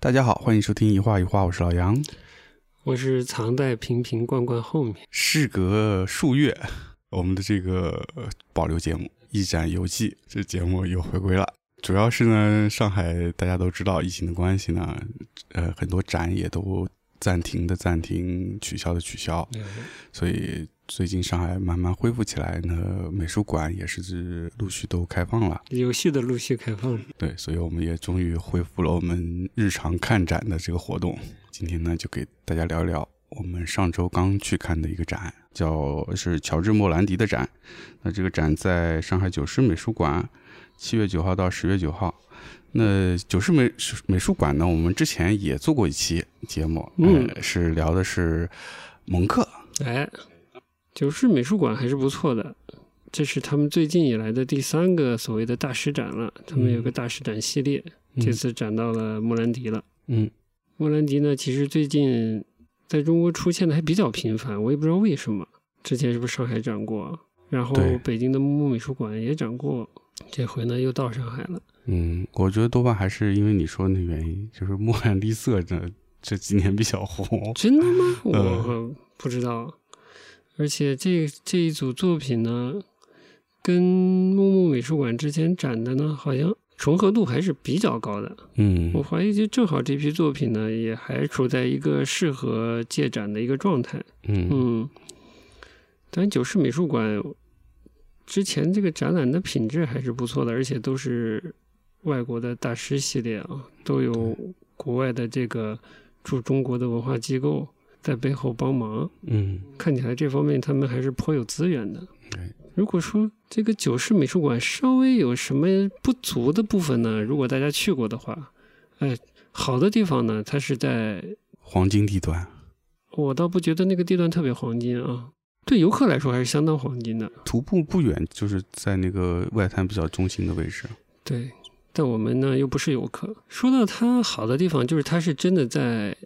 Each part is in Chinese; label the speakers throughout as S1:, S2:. S1: 大家好，欢迎收听一画一画，我是老杨。
S2: 我是藏在瓶瓶罐罐后面。
S1: 事隔数月，我们的这个呃保留节目《一展游记》这节目又回归了。主要是呢，上海大家都知道疫情的关系呢，呃，很多展也都暂停的暂停，取消的取消。所以最近上海慢慢恢复起来呢，美术馆也是陆续都开放了。
S2: 游戏的陆续开放，
S1: 对，所以我们也终于恢复了我们日常看展的这个活动。今天呢，就给大家聊一聊我们上周刚去看的一个展，叫是乔治·莫兰迪的展。那这个展在上海九师美术馆，七月九号到十月九号。那九师美美术馆呢，我们之前也做过一期节目，
S2: 嗯
S1: 呃是聊的是蒙克，
S2: 哎，九市美术馆还是不错的，这是他们最近以来的第三个所谓的大师展了。他们有个大师展系列，这次展到了莫兰迪了。
S1: 嗯，
S2: 莫兰迪呢，其实最近在中国出现的还比较频繁，我也不知道为什么。之前是不是上海展过？然后
S1: 对
S2: 北京的木木美术馆也展过，这回呢又到上海了。
S1: 嗯，我觉得多半还是因为你说的那原因，就是莫兰迪色这这几年比较红。
S2: 真的吗？我不知道。而且这这一组作品呢，跟木木美术馆之前展的呢，好像重合度还是比较高的。
S1: 嗯
S2: 我怀疑就正好这批作品呢，也还处在一个适合借展的一个状态。
S1: 嗯
S2: 嗯，但九市美术馆之前这个展览的品质还是不错的，而且都是外国的大师系列啊，都有国外的这个驻中国的文化机构在背后帮忙，
S1: 嗯
S2: 看起来这方面他们还是颇有资源的
S1: 对。
S2: 如果说这个九市美术馆稍微有什么不足的部分呢，如果大家去过的话，哎，好的地方呢，它是在
S1: 黄金地段，
S2: 我倒不觉得那个地段特别黄金啊，对游客来说还是相当黄金的。
S1: 徒步不远，就是在那个外滩比较中心的位置。
S2: 对，但我们呢又不是游客。说到它好的地方，就是它是真的在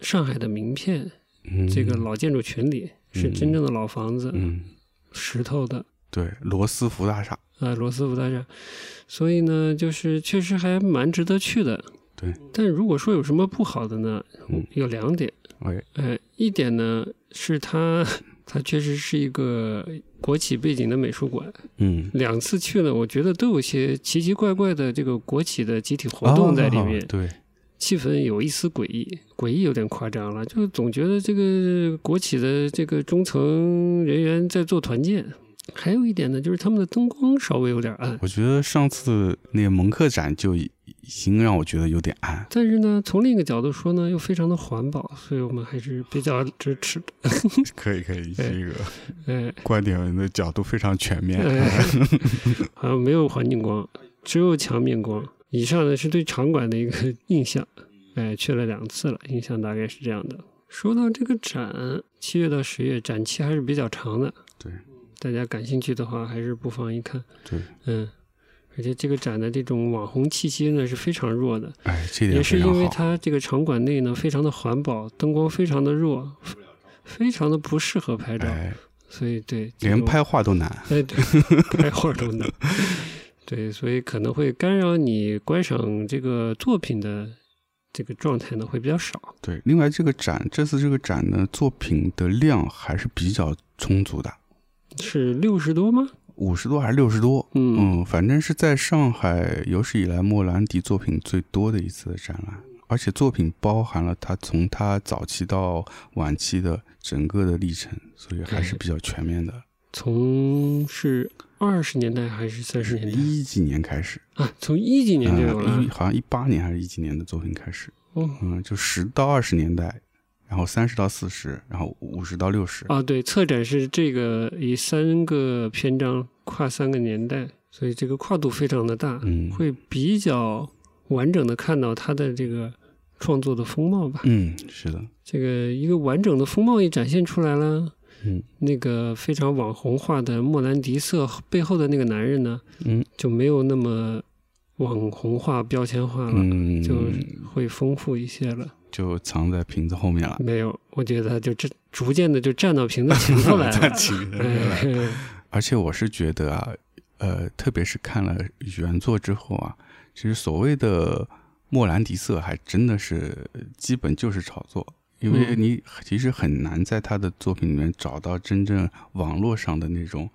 S2: 上海的名片、
S1: 嗯，
S2: 这个老建筑群里，是真正的老房子，
S1: 嗯，
S2: 石头的，
S1: 对，罗斯福大厦，
S2: 啊，罗斯福大厦，所以呢，就是确实还蛮值得去的。
S1: 对，
S2: 但如果说有什么不好的呢，
S1: 嗯
S2: 有两点。
S1: 哎，
S2: 呃，一点呢是它， 它确实是一个国企背景的美术馆。
S1: 嗯，
S2: 两次去呢，我觉得都有些奇奇怪怪的这个国企的集体活动在里面，
S1: 哦对，
S2: 气氛有一丝诡异，诡异有点夸张了，就总觉得这个国企的这个中层人员在做团建。还有一点呢，就是他们的灯光稍微有点暗，
S1: 我觉得上次那个蒙克展就已已经让我觉得有点暗。
S2: 但是呢，从另一个角度说呢，又非常的环保，所以我们还是比较支持的。
S1: 可以可以，
S2: 哎
S1: 这个
S2: 哎，
S1: 观点的角度非常全面
S2: 哎 好像没有环境光，只有墙面光。以上呢是对场馆的一个印象， 哎，去了两次了，印象大概是这样的。说到这个展，七月到十月展期还是比较长的，
S1: 对，
S2: 大家感兴趣的话还是不妨一看。
S1: 对，
S2: 嗯，而且这个展的这种网红气息呢是非常弱的，
S1: 哎，这点
S2: 也是
S1: 非常
S2: 因为
S1: 好。
S2: 它这个场馆内呢非常的环保，灯光非常的弱，非常的不适合拍照，
S1: 哎，
S2: 所以对这
S1: 连
S2: 种
S1: 拍画都难。
S2: 哎，对，开会儿都能。 对，所以可能会干扰你观赏这个作品的这个状态呢，会比较少。
S1: 对，另外这个展，这次这个展呢，作品的量还是比较充足的，
S2: 是六十多吗？
S1: 五十多还是六十多？
S2: 嗯，
S1: 嗯，反正是在上海有史以来莫兰迪作品最多的一次的展览，而且作品包含了他从他早期到晚期的整个的历程，所以还是比较全面的。
S2: 从是二十年代还是三十年代
S1: 一几年开始，
S2: 啊？从一几年就有了
S1: 嗯一。好像一八年还是一几年的作品开始，
S2: 哦
S1: 嗯，就十到二十年代，然后三十到四十，然后五十到六十，
S2: 啊，对，策展是这个以三个篇章跨三个年代，所以这个跨度非常的大，
S1: 嗯，
S2: 会比较完整的看到他的这个创作的风貌吧。
S1: 嗯，是的，
S2: 这个一个完整的风貌一展现出来了，
S1: 嗯
S2: 那个非常网红化的莫兰迪色背后的那个男人呢，
S1: 嗯
S2: 就没有那么网红化、标签化了，
S1: 嗯，
S2: 就会丰富一些了。
S1: 就藏在瓶子后面 了，
S2: 没有，我觉得他就这逐渐的就站到瓶子前头 来
S1: 在
S2: 了。
S1: 起来了。
S2: 哎，
S1: 而且我是觉得啊，呃，特别是看了原作之后啊，其实所谓的莫兰迪色还真的是基本就是炒作，因
S2: 嗯
S1: 为你其实很难在他的作品里面找到真正网络上的那种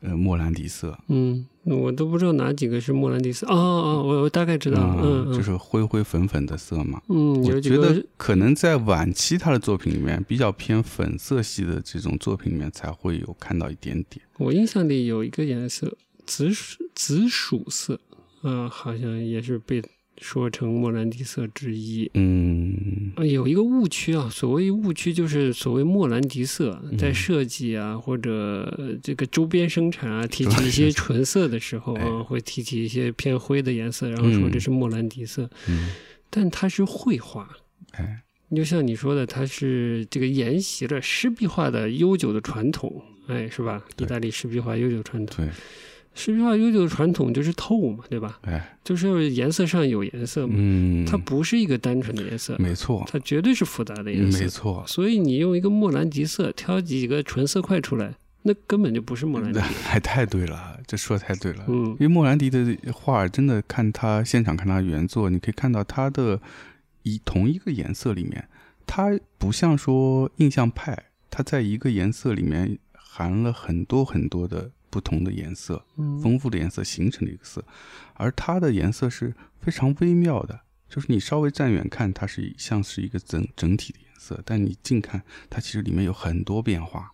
S1: 呃莫兰迪色。
S2: 嗯，我都不知道哪几个是莫兰迪色。哦哦，我我大概知道了，嗯，嗯
S1: 啊就是灰灰粉粉的色嘛。
S2: 嗯，有
S1: 我
S2: 几
S1: 觉
S2: 个
S1: 得可能在晚期他的作品里面，比较偏粉色系的这种作品里面才会有看到一点点。
S2: 我印象里有一个颜色紫薯紫薯色，啊、好像也是被说成莫兰迪色之一。
S1: 嗯，
S2: 啊，有一个误区啊，所谓误区就是所谓莫兰迪色
S1: 嗯
S2: 在设计啊、或者呃这个周边生产啊提起一些纯色的时候啊，会提起一些偏灰的颜色，然后说
S1: 哎嗯
S2: 这是莫兰迪色，
S1: 嗯，
S2: 但它是绘画。
S1: 哎，
S2: 就像你说的，它是这个沿袭了湿壁画的悠久的传统，哎，是吧？意
S1: 对
S2: 大利湿壁画悠久传统，
S1: 对，
S2: 湿壁画悠久的传统就是透嘛，对吧？
S1: 哎，
S2: 就是颜色上有颜色嘛，
S1: 嗯，
S2: 它不是一个单纯的颜色，
S1: 没错，
S2: 它绝对是复杂的颜
S1: 嗯
S2: 色
S1: 没。错，
S2: 所以你用一个莫兰迪色挑几个纯色块出来，那根本就不是莫兰迪。
S1: 还太对了，这说得太对了。
S2: 嗯
S1: 因为莫兰迪的画儿，真的看他现场看他原作，你可以看到他的一同一个颜色里面，它不像说印象派，它在一个颜色里面含了很多很多的不同的颜色，
S2: 嗯
S1: 丰富的颜色形成的一个色，而它的颜色是非常微妙的，就是你稍微站远看，它是像是一个整整体的颜色，但你近看，它其实里面有很多变化，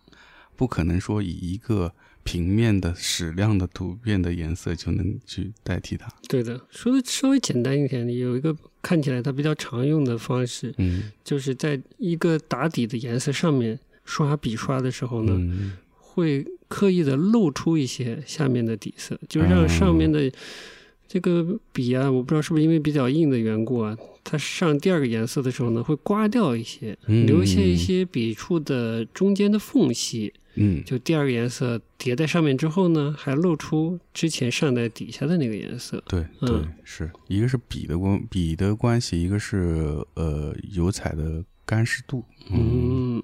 S1: 不可能说以一个平面的矢量的图片的颜色就能去代替它。
S2: 对的，说的稍微简单一点，有一个看起来它比较常用的方式，
S1: 嗯
S2: 就是在一个打底的颜色上面刷笔刷的时候呢，
S1: 嗯
S2: 会刻意的露出一些下面的底色，就是让上面的这个笔啊，我不知道是不是因为比较硬的缘故啊，它上第二个颜色的时候呢，会刮掉一些，
S1: 嗯
S2: 留下一些笔触的中间的缝隙。
S1: 嗯，
S2: 就第二个颜色叠在上面之后呢，还露出之前上在底下的那个颜色。
S1: 对
S2: 嗯
S1: 对，是一个是笔的关笔的关系，一个是呃油彩的干湿度。
S2: 嗯，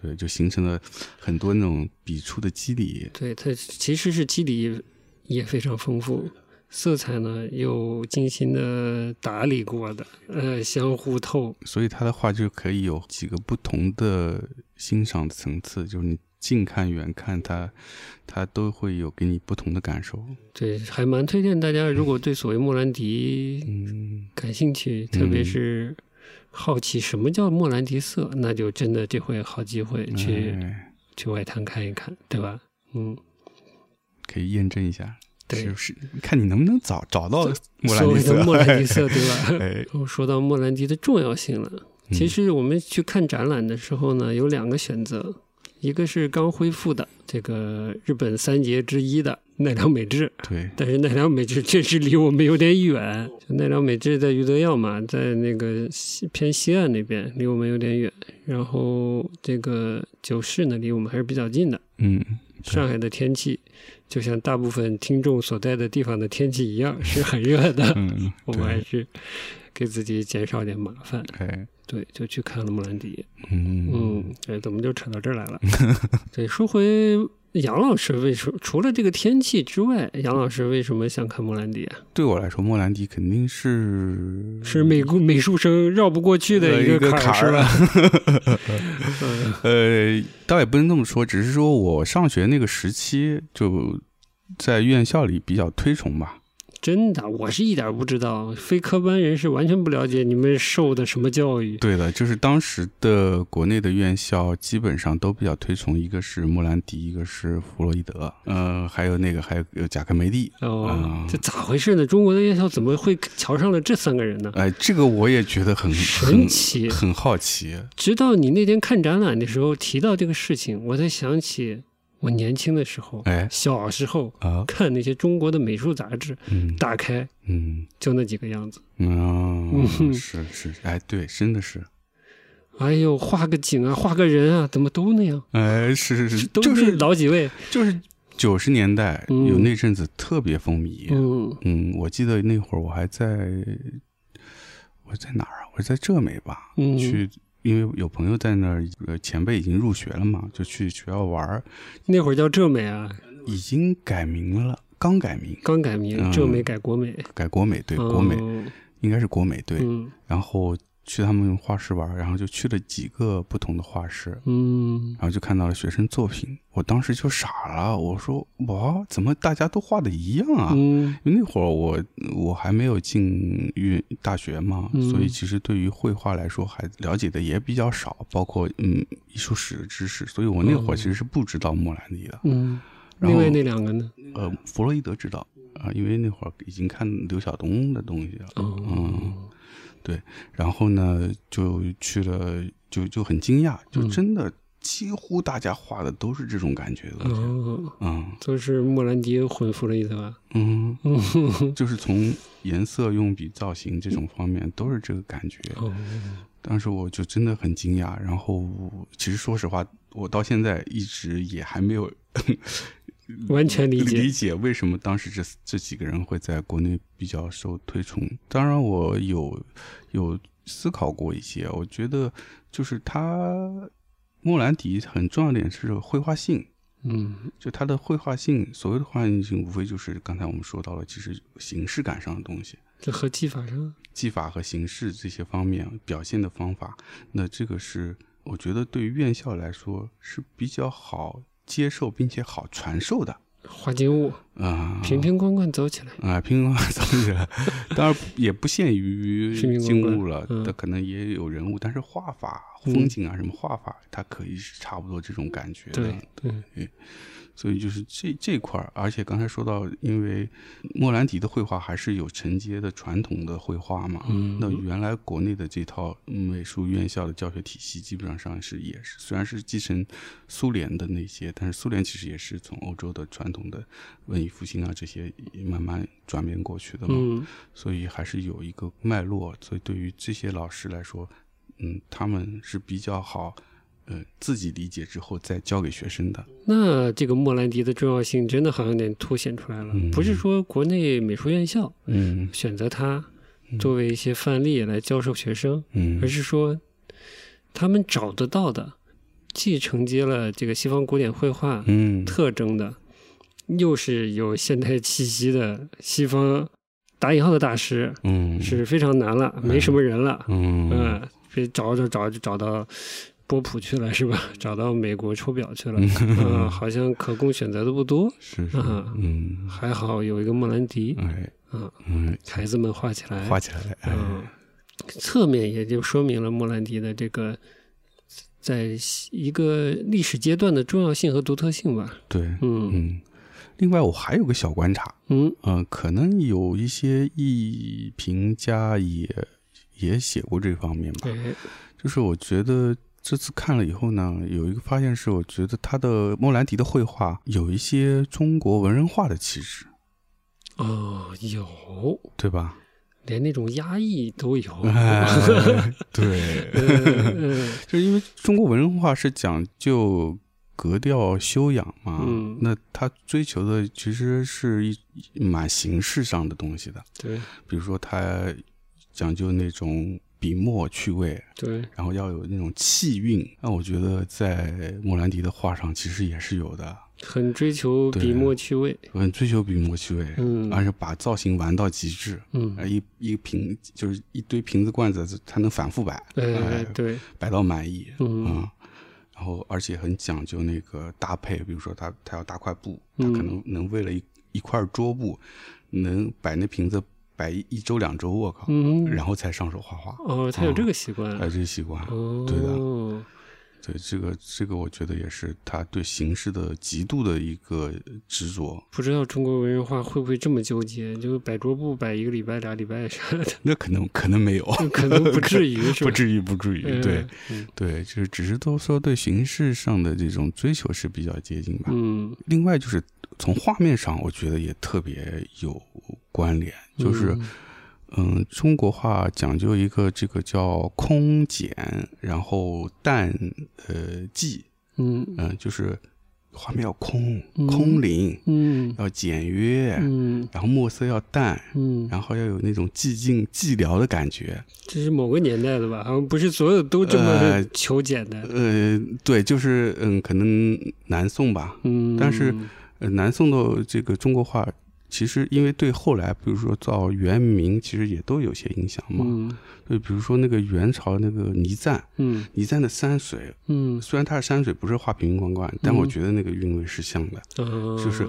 S1: 对，就形成了很多那种笔触的肌理。
S2: 对，它其实是肌理也非常丰富，色彩呢又精心的打理过的，呃，相互透。
S1: 所以他的画就可以有几个不同的欣赏层次，就是你近看、远看，它它都会有给你不同的感受。
S2: 对，还蛮推荐大家，如果对所谓莫兰迪
S1: 嗯，
S2: 感兴趣，特别是好奇什么叫莫兰迪色，那就真的这回好机会去、
S1: 哎
S2: 去外滩看一看，对吧？嗯，
S1: 可以验证一下，
S2: 对
S1: 是，不是？看你能不能找找到莫兰迪
S2: 所谓的
S1: 色。
S2: 莫兰迪色，对 吧？
S1: 哎，
S2: 我说到莫兰迪的重要性了。其实我们去看展览的时候呢，有两个选择，一个是刚恢复的这个日本三杰之一的奈良美智，
S1: 对，
S2: 但是奈良美智确实离我们有点远。
S1: 嗯
S2: 就奈良美智在余德耀嘛，在那个西偏西岸那边，离我们有点远。然后这个九市呢，离我们还是比较近的。
S1: 嗯，对
S2: 上海的天气，就像大部分听众所在的地方的天气一样，是很热 的。
S1: 嗯，
S2: 我们还
S1: 对，
S2: 是给自己减少点麻烦。
S1: 哎，
S2: 对，就去看了莫兰迪。
S1: 嗯
S2: 嗯，对，怎么就扯到这儿来了？ 对，说回杨老师为什么除了这个天气之外，杨老师为什么想看莫兰迪啊？
S1: 对我来说，莫兰迪肯定是
S2: 是美工美术生绕不过去的
S1: 嗯一
S2: 个
S1: 坎
S2: 坎儿，是
S1: 了
S2: 吧？。嗯
S1: 呃，倒也不能这么说，只是说我上学那个时期就在院校里比较推崇吧。
S2: 真的，我是一点儿不知道，非科班人士完全不了解你们受的什么教育。
S1: 对的，就是当时的国内的院校基本上都比较推崇，一个是莫兰迪，一个是弗洛伊德，呃，还有那个还有有贾科梅利。
S2: 哦
S1: 嗯，
S2: 这咋回事呢？中国的院校怎么会瞧上了这三个人呢？
S1: 哎、这个我也觉得很
S2: 神
S1: 很
S2: 奇！
S1: 很好奇。
S2: 直到你那天看展览的时候提到这个事情，我才想起我年轻的时候，
S1: 哎
S2: 小时候
S1: 啊，
S2: 看那些中国的美术杂志，
S1: 嗯
S2: 打开
S1: 嗯
S2: 就那几个样子。
S1: 嗯、
S2: 嗯
S1: 啊，是是，哎，对，真的是，
S2: 哎呦，画个景啊，画个人啊，怎么都那样？
S1: 哎，是是是，
S2: 都
S1: 就是
S2: 老几位，
S1: 就是九十年代
S2: 嗯
S1: 有那阵子特别风靡。
S2: 嗯
S1: 嗯我记得那会儿我还在，我在哪儿啊？我在浙美吧，
S2: 嗯，
S1: 去，因为有朋友在那儿，呃前辈已经入学了嘛，就去学校玩儿，
S2: 那会儿叫浙美啊，
S1: 已经改名了，刚改名，
S2: 刚改名，
S1: 嗯
S2: 浙美改国美，
S1: 改国美，对国美。
S2: 嗯
S1: 应该是国美对，
S2: 嗯
S1: 然后去他们画室玩，然后就去了几个不同的画室，
S2: 嗯
S1: 然后就看到了学生作品，我当时就傻了，我说哇，怎么大家都画的一样啊？
S2: 嗯
S1: 因为那会儿我我还没有进运大学嘛，
S2: 嗯
S1: 所以其实对于绘画来说还了解的也比较少，包括嗯艺术史的知识，所以我那会儿其实是不知道莫兰迪的。
S2: 嗯，
S1: 然
S2: 另
S1: 后
S2: 外那两个呢？
S1: 呃，弗洛伊德知道啊、因为那会儿已经看刘晓东的东西了。嗯
S2: 哦，
S1: 然后呢，就去了，就就很惊讶，就真的几乎大家画的都是这种感觉的。
S2: 哦，
S1: 嗯
S2: 都是莫兰迪混服了一吧？
S1: 嗯，
S2: 嗯
S1: 就是从颜色、用笔、造型这种方面都是这个感觉。
S2: 哦，
S1: 当时我就真的很惊讶，然后其实说实话，我到现在一直也还没有
S2: 完全理
S1: 理
S2: 解。
S1: 解为什么当时这这几个人会在国内比较受推崇。当然，我有有思考过一些，我觉得就是他莫兰迪很重要的点是绘画性，
S2: 嗯
S1: 就他的绘画性，所谓的绘画性，无非就是刚才我们说到了，其实形式感上的东西。
S2: 这和技法上，
S1: 技法和形式这些方面表现的方法，那这个是我觉得对于院校来说是比较好接受并且好传授的
S2: 花金物，
S1: 啊。
S2: 瓶瓶罐罐走起来。
S1: 啊，平民化走起来， 当然也不限于
S2: 平民
S1: 静
S2: 公
S1: 物
S2: 馆
S1: 了，
S2: 嗯
S1: 它可能也有人物，但是画法、
S2: 嗯
S1: 风景啊什么画法，它可以是差不多这种感觉的
S2: 对。对，
S1: 所以就是这这块儿，而且刚才说到，因为莫兰迪的绘画还是有承接的传统的绘画嘛，
S2: 嗯
S1: 那原来国内的这套美术院校的教学体系，基本上上是也是虽然是继承苏联的那些，但是苏联其实也是从欧洲的传统的文艺复兴啊这些慢慢转变过去的嘛，
S2: 嗯
S1: 所以还是有一个脉络。所以对于这些老师来说，嗯，他们是比较好，呃，自己理解之后再教给学生的。
S2: 那这个莫兰迪的重要性真的好像有点凸显出来了，
S1: 嗯
S2: 不是说国内美术院校
S1: 嗯
S2: 选择它作为一些范例来教授学生，
S1: 嗯
S2: 而是说他们找得到的，既承接了这个西方古典绘画
S1: 嗯
S2: 特征的，又是有现代气息的西方打引号的大师，
S1: 嗯
S2: 是非常难了，没什么人了，
S1: 嗯
S2: 嗯，别找找找就找到波普去了是吧？ 找到美国抽表去了，嗯，好像可供选择的不多，
S1: 是是
S2: 啊
S1: 嗯
S2: 还好有一个莫兰迪，
S1: 哎
S2: 啊，
S1: 嗯
S2: 孩子们画起来，
S1: 画起来了哎
S2: 嗯，侧面也就说明了莫兰迪的这个在一个历史阶段的重要性和独特性吧。
S1: 对
S2: 嗯
S1: 嗯。另外，我还有个小观察，
S2: 嗯
S1: 嗯，可能有一些艺评家也也写过这方面吧。
S2: 哎，
S1: 就是我觉得这次看了以后呢，有一个发现是，我觉得他的莫兰迪的绘画有一些中国文人画的气质，
S2: 哦，有，
S1: 对吧？
S2: 连那种压抑都有。
S1: 哎，对，
S2: 嗯
S1: 就是因为中国文人画是讲究格调修养嘛，
S2: 嗯
S1: 那他追求的其实是一蛮形式上的东西的，
S2: 对
S1: 比如说他讲究那种笔墨趣味，
S2: 对，
S1: 然后要有那种气韵。那我觉得在莫兰迪的画上其实也是有的，
S2: 很追求笔墨趣味。
S1: 很追求笔墨趣味，
S2: 嗯
S1: 而且把造型玩到极致。
S2: 嗯，
S1: 啊，一一瓶就是一堆瓶子罐子，它能反复摆，
S2: 哎对，
S1: 摆到满意。
S2: 嗯
S1: 嗯，然后而且很讲究那个搭配，比如说他他要搭块布，他
S2: 嗯
S1: 可能能为了一一块桌布，能摆那瓶子摆一一周两周，我靠，
S2: 嗯，
S1: 然后才上手画画，哎
S2: 哦，他有这个习惯
S1: 还。有这个习惯。
S2: 哦，
S1: 对的对这个这个，我觉得也是他对形式的极度的一个执着。
S2: 不知道中国文人画会不会这么纠结，就摆桌布摆一个礼拜、俩礼拜啥的，
S1: 那可能可能没有，
S2: 可能不至于是
S1: 不
S2: 吧？
S1: 至于不至于，对
S2: 嗯，
S1: 对，就是只是都说对形式上的这种追求是比较接近吧。
S2: 嗯，
S1: 另外就是从画面上，我觉得也特别有关联，就是
S2: 嗯
S1: 嗯中国画讲究一个这个叫空简，然后淡呃寂，
S2: 嗯
S1: 嗯、就是画面要空
S2: 嗯
S1: 空灵，
S2: 嗯
S1: 要简约，
S2: 嗯
S1: 然后墨色要淡。
S2: 嗯，
S1: 然后要有那种寂静寂寥的感觉，
S2: 这是某个年代的吧？好像不是所有都这么
S1: 呃
S2: 求简的。
S1: 呃，对，就是嗯，可能南宋吧，
S2: 嗯，
S1: 但是呃南宋的这个中国画其实因为对后来，比如说造元明，其实也都有些影响嘛。
S2: 嗯
S1: 就比如说那个元朝那个倪瓒，
S2: 嗯
S1: 倪瓒的山水，
S2: 嗯，
S1: 虽然它是山水，不是画瓶瓶罐罐，但我觉得那个韵味是像的，
S2: 就是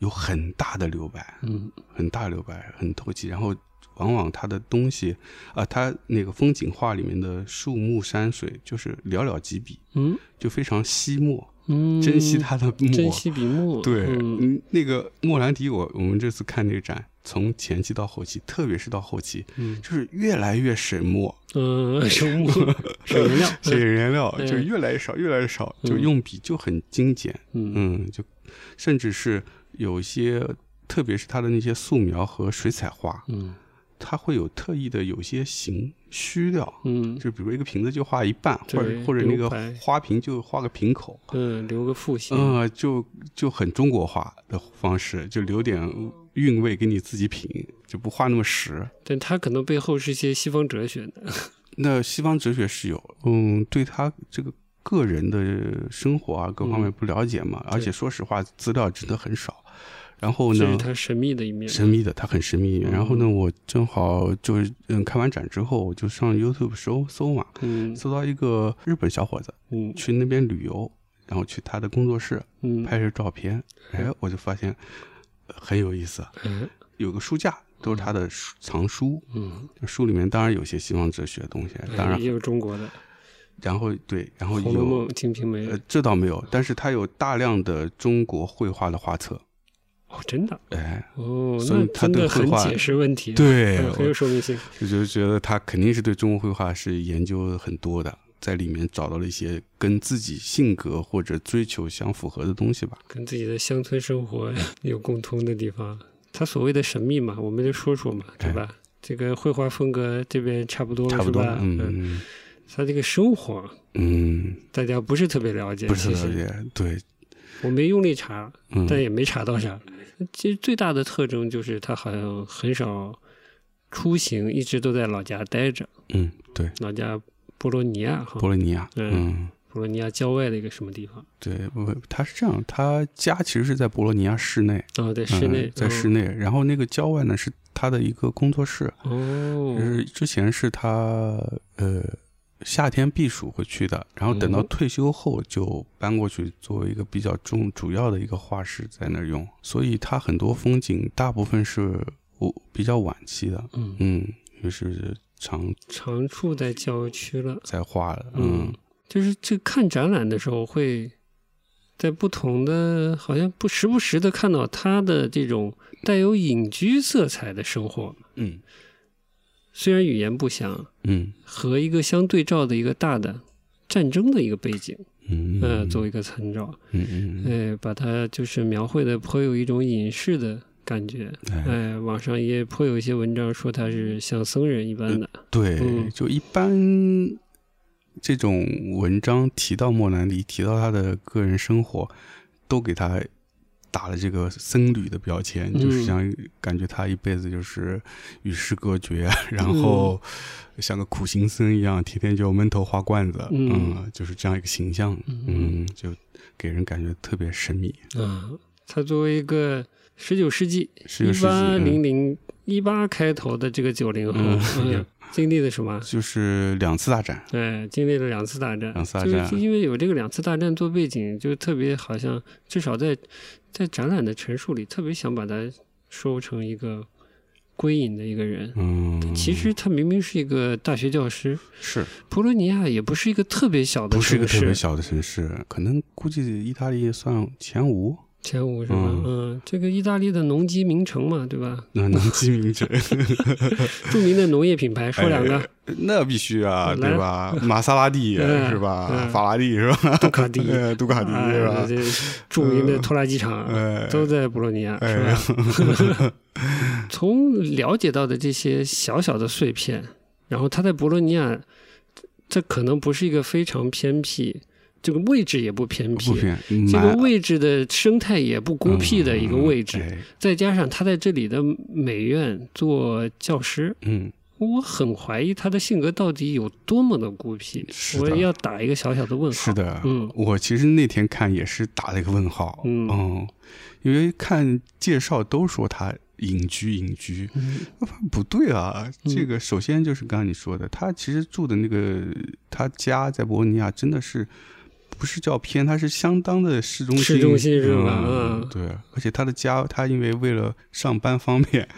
S1: 有很大的留白，
S2: 嗯
S1: 很大留白，很透气。然后往往它的东西，啊、它那个风景画里面的树木山水，就是寥寥几笔，
S2: 嗯
S1: 就非常惜墨，
S2: 嗯，
S1: 珍惜它的墨。
S2: 珍惜笔墨，
S1: 对，
S2: 嗯
S1: 嗯，那个莫兰迪我，我们这次看这个展，从前期到后期，特别是到后期，
S2: 嗯
S1: 就是越来越省 墨，
S2: 呃，手墨 水 颜料，
S1: 省颜料
S2: 嗯
S1: 就越来越少，越来越少，就
S2: 嗯
S1: 用笔就很精简，
S2: 嗯
S1: 嗯，就甚至是有一些，特别是他的那些素描和水彩画，
S2: 嗯
S1: 它会有特意的有些形虚掉，
S2: 嗯
S1: 就比如一个瓶子就画一半，或
S2: 对
S1: 者或者那个
S2: 留白
S1: 花瓶就画个瓶口，
S2: 嗯，留个复兴，
S1: 嗯，就就很中国化的方式，就留点韵味给你自己品，就不画那么实。
S2: 但它可能背后是一些西方哲学的，
S1: 那西方哲学是有，嗯，对他这个个人的生活啊各方面不了解嘛，
S2: 嗯
S1: 而且说实话资料真的很少。然后
S2: 这
S1: 呢
S2: 是，它神秘的一面，
S1: 神秘的，它很神秘。
S2: 嗯
S1: 然后呢，我正好就是嗯看完展之后，我就上 YouTube 搜搜嘛，
S2: 嗯
S1: 搜到一个日本小伙子
S2: 嗯
S1: 去那边旅游，然后去他的工作室，
S2: 嗯，
S1: 拍摄照片，哎，我就发现呃很有意思。
S2: 哎
S1: 有个书架，都是他的书藏书，
S2: 嗯，
S1: 书里面当然有些西方哲学的东西，当然，哎
S2: 也有中国的
S1: 然后对，然后
S2: 《红楼
S1: 有
S2: 梦》《金瓶梅
S1: 呃，》这倒没有，但是他有大量的中国绘画的画册，
S2: 哦，真的
S1: 哎，
S2: 哦，
S1: 所以
S2: 那
S1: 它
S2: 真的
S1: 对绘
S2: 很
S1: 画
S2: 解释问题，
S1: 对
S2: 嗯，很有说明性，
S1: 我就觉得他肯定是对中国绘画是研究很多的，在里面找到了一些跟自己性格或者追求相符合的东西吧。
S2: 跟自己的乡村生 活有共通的地方。它所谓的神秘嘛，我们就说说嘛，对吧？这个绘画风格这边差不多
S1: 哎差
S2: 了，
S1: 不
S2: 是
S1: 多，
S2: 吧？嗯，
S1: 嗯
S2: 他这个生活
S1: 嗯，
S2: 大家不是特别了解，
S1: 不是
S2: 其
S1: 特
S2: 实
S1: 别对，
S2: 我没用力查，
S1: 嗯，
S2: 但也没查到啥。其实最大的特征就是他好像很少出行，一直都在老家待着。
S1: 嗯，对，
S2: 老家波罗尼亚哈，
S1: 波罗尼亚，
S2: 嗯
S1: 嗯
S2: 波罗尼亚郊外的一个什么地方？
S1: 对，不，他是这样，他家其实是在博罗尼亚市内，
S2: 哦，在室内
S1: 嗯，在室内，然后那个郊外呢是他的一个工作室，
S2: 哦，
S1: 就是之前是他呃夏天避暑会去的，然后等到
S2: 嗯
S1: 退休后就搬过去作为一个比较重主要的一个画室在那儿用，所以他很多风景大部分是我比较晚期的，
S2: 嗯，
S1: 嗯，就是常
S2: 常住在郊区了。
S1: 在画的，
S2: 嗯
S1: 嗯，
S2: 就是这看展览的时候，会在不同的，好像不时不时的看到他的这种带有隐居色彩的生活，
S1: 嗯
S2: 虽然语言不详，
S1: 嗯
S2: 和一个相对照的一个大的战争的一个背景，
S1: 嗯
S2: 呃，作为一个参照，
S1: 嗯嗯嗯
S2: 哎，把它就是描绘的颇有一种隐士的感觉。
S1: 哎
S2: 哎，网上也颇有一些文章说他是像僧人一般的，
S1: 对，
S2: 嗯
S1: 就一般这种文章提到莫兰迪，提到他的个人生活，都给他打了这个僧侣的标签，
S2: 嗯
S1: 就是像感觉他一辈子就是与世隔绝， 然
S2: 嗯
S1: 后像个苦行僧一样，天天就闷头画罐子，
S2: 嗯
S1: 就是这样一个形象，嗯，就给人感觉特别神秘。
S2: 啊，他作为一个十九世纪
S1: 是
S2: 一
S1: 个世纪
S2: 八
S1: 嗯
S2: 零零一八开头的这个九零后，
S1: 嗯
S2: 嗯经历了什么？
S1: 就是两次大战，
S2: 哎，经历了两次大战，
S1: 两次大战
S2: 就是因为有这个两次大战做背景，就特别好像至少在在展览的陈述里，特别想把它收成一个归隐的一个人。
S1: 嗯，
S2: 其实他明明是一个大学教师，
S1: 是
S2: 博罗尼亚也不是一个特别小的
S1: 不是一个
S2: 城
S1: 特别
S2: 市，
S1: 小的城市，可能估计意大利算前五。
S2: 前五是吧？
S1: 嗯
S2: 嗯，这个意大利的农机名城嘛，对吧？
S1: 那能记名城，
S2: 著名的农业品牌，说两个，
S1: 那必须啊，
S2: 来
S1: 对吧？玛莎拉蒂
S2: 嗯
S1: 是吧？
S2: 嗯
S1: 法拉利是吧？
S2: 杜卡迪，
S1: 呃 杜卡迪
S2: 哎
S1: 是吧？嗯
S2: 这著名的拖拉机厂
S1: 哎
S2: 都在博洛尼亚，是
S1: 哎
S2: 吧？ 从了解到的这些小小的碎片，然后他在博洛尼亚，这可能不是一个非常偏僻，这个位置也不偏
S1: 不
S2: 僻。
S1: 偏，
S2: 这个
S1: 蛮
S2: 位置的生态也不孤僻的一个位置，
S1: 嗯哎
S2: 再加上他在这里的美院做教师，
S1: 嗯，
S2: 我很怀疑他的性格到底有多么的孤僻。
S1: 是
S2: 我
S1: 的
S2: 要打一个小小的问号。
S1: 是的，
S2: 嗯
S1: 我其实那天看也是打了一个问号，
S2: 嗯
S1: 因为看介绍都说他隐居隐居，
S2: 嗯
S1: 那不对啊！
S2: 嗯
S1: 这个首先就是刚刚你说的，他其实住的那个他家在伯尼亚真的是不是叫偏，他是相当的市中心，
S2: 市中心是吧
S1: 嗯
S2: 嗯，
S1: 对，而且他的家，他因为为了上班方便，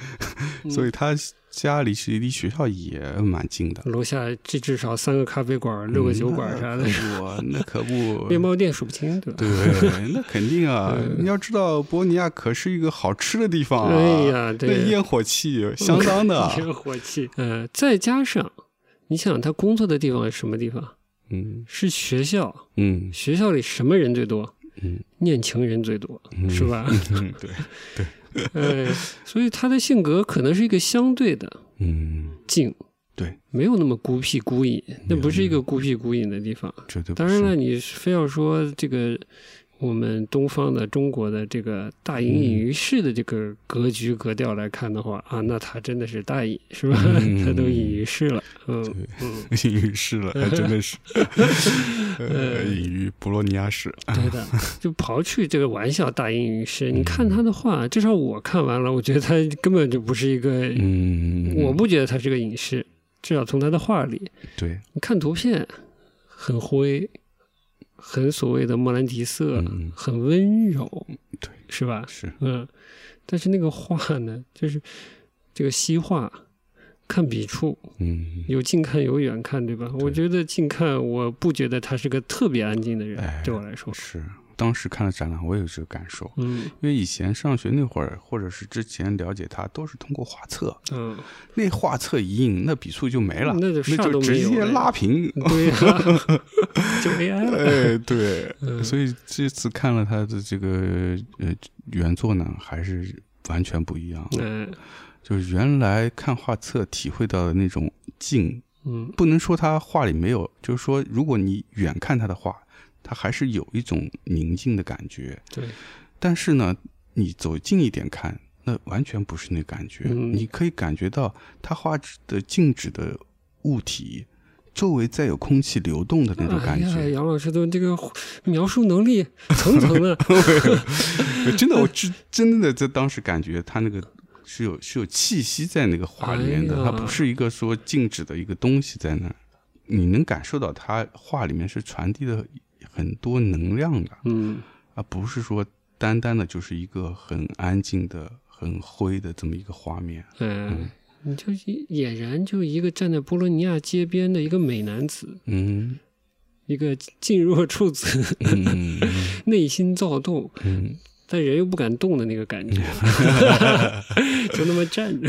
S2: 嗯
S1: 所以他家里是离学校也蛮近的。
S2: 楼下这至少三个咖啡馆、
S1: 嗯
S2: 六个嗯酒馆啥的，
S1: 我那可
S2: 面
S1: 不。
S2: 包店数不清，对吧？
S1: 对，那肯定啊！你要知道，伯尼亚可是一个好吃的地方啊！
S2: 哎呀对
S1: 那烟火气相当 的。啊
S2: 烟火气。呃，再加上你想他工作的地方是什么地方？
S1: 嗯
S2: 是学校，
S1: 嗯
S2: 学校里什么人最多？
S1: 嗯，
S2: 念情人最多，
S1: 嗯
S2: 是吧？
S1: 嗯，对，
S2: 呃，所以他的性格可能是一个相对的
S1: 嗯。
S2: 静，
S1: 对，
S2: 没有那么孤僻孤隐，那不是一个孤僻孤隐的地方。
S1: 绝对不
S2: 当然
S1: 是
S2: 了，你非要说这个我们东方的中国的这个大隐隐于市的这个格局格调来看的话啊，那他真的是大隐是吧？
S1: 嗯
S2: 他都哎隐于市了，嗯
S1: 对
S2: 嗯，
S1: 隐于市 了，还真的是，
S2: 哎
S1: 呃，隐于博洛尼亚市，
S2: 对的。就刨去这个玩笑大隐于市，
S1: 嗯
S2: 你看他的话，至少我看完了，我觉得他根本就不是一个，
S1: 嗯
S2: 我不觉得他是个隐士，至少从他的画里，
S1: 对，
S2: 你看图片很灰。很所谓的莫兰迪色，
S1: 嗯
S2: 很温柔，
S1: 对，
S2: 是吧？
S1: 是，
S2: 嗯，但是那个画呢，就是这个西画，看笔触，
S1: 嗯，
S2: 有近看有远看，对吧？我觉得近看，我不觉得他是个特别安静的人，
S1: 哎
S2: 对我来说，
S1: 是。当时看了展览，我也有这个感受，
S2: 嗯
S1: 因为以前上学那会儿，或者是之前了解他，都是通过画册，
S2: 嗯，
S1: 那画册一印，那笔触就没了，
S2: 那就啥
S1: 那
S2: 都
S1: 就
S2: 没
S1: 直
S2: 有
S1: 接
S2: 了呀
S1: 拉平。
S2: 对 呀、就 AI 了，
S1: 哎，对，
S2: 嗯
S1: 所以这次看了他的这个呃原作呢，还是完全不一样。
S2: 嗯
S1: 就是原来看画册体会到的那种静，
S2: 嗯
S1: 不能说他画里没有，就是说如果你远看他的画，他还是有一种宁静的感觉。
S2: 对，
S1: 但是呢，你走近一点看，那完全不是那感觉。
S2: 嗯
S1: 你可以感觉到他画的静止的物体周围再有空气流动的那种感
S2: 哎呀，
S1: 觉。
S2: 杨老师的这个描述能力层 层的，
S1: 真 的，我真真的在当时感觉他那个。是有是有气息在那个画里面的，
S2: 哎呀
S1: 它不是一个说静止的一个东西在那儿，你能感受到它画里面是传递的很多能量的。
S2: 嗯
S1: 而不是说单单的就是一个很安静的、很灰的这么一个画面。
S2: 哎，你就一俨然就一个站在波罗尼亚街边的一个美男子，
S1: 嗯
S2: 一个静若处子。
S1: 嗯
S2: 内心躁动，
S1: 嗯，
S2: 但人又不敢动的那个感觉， 就那么站着。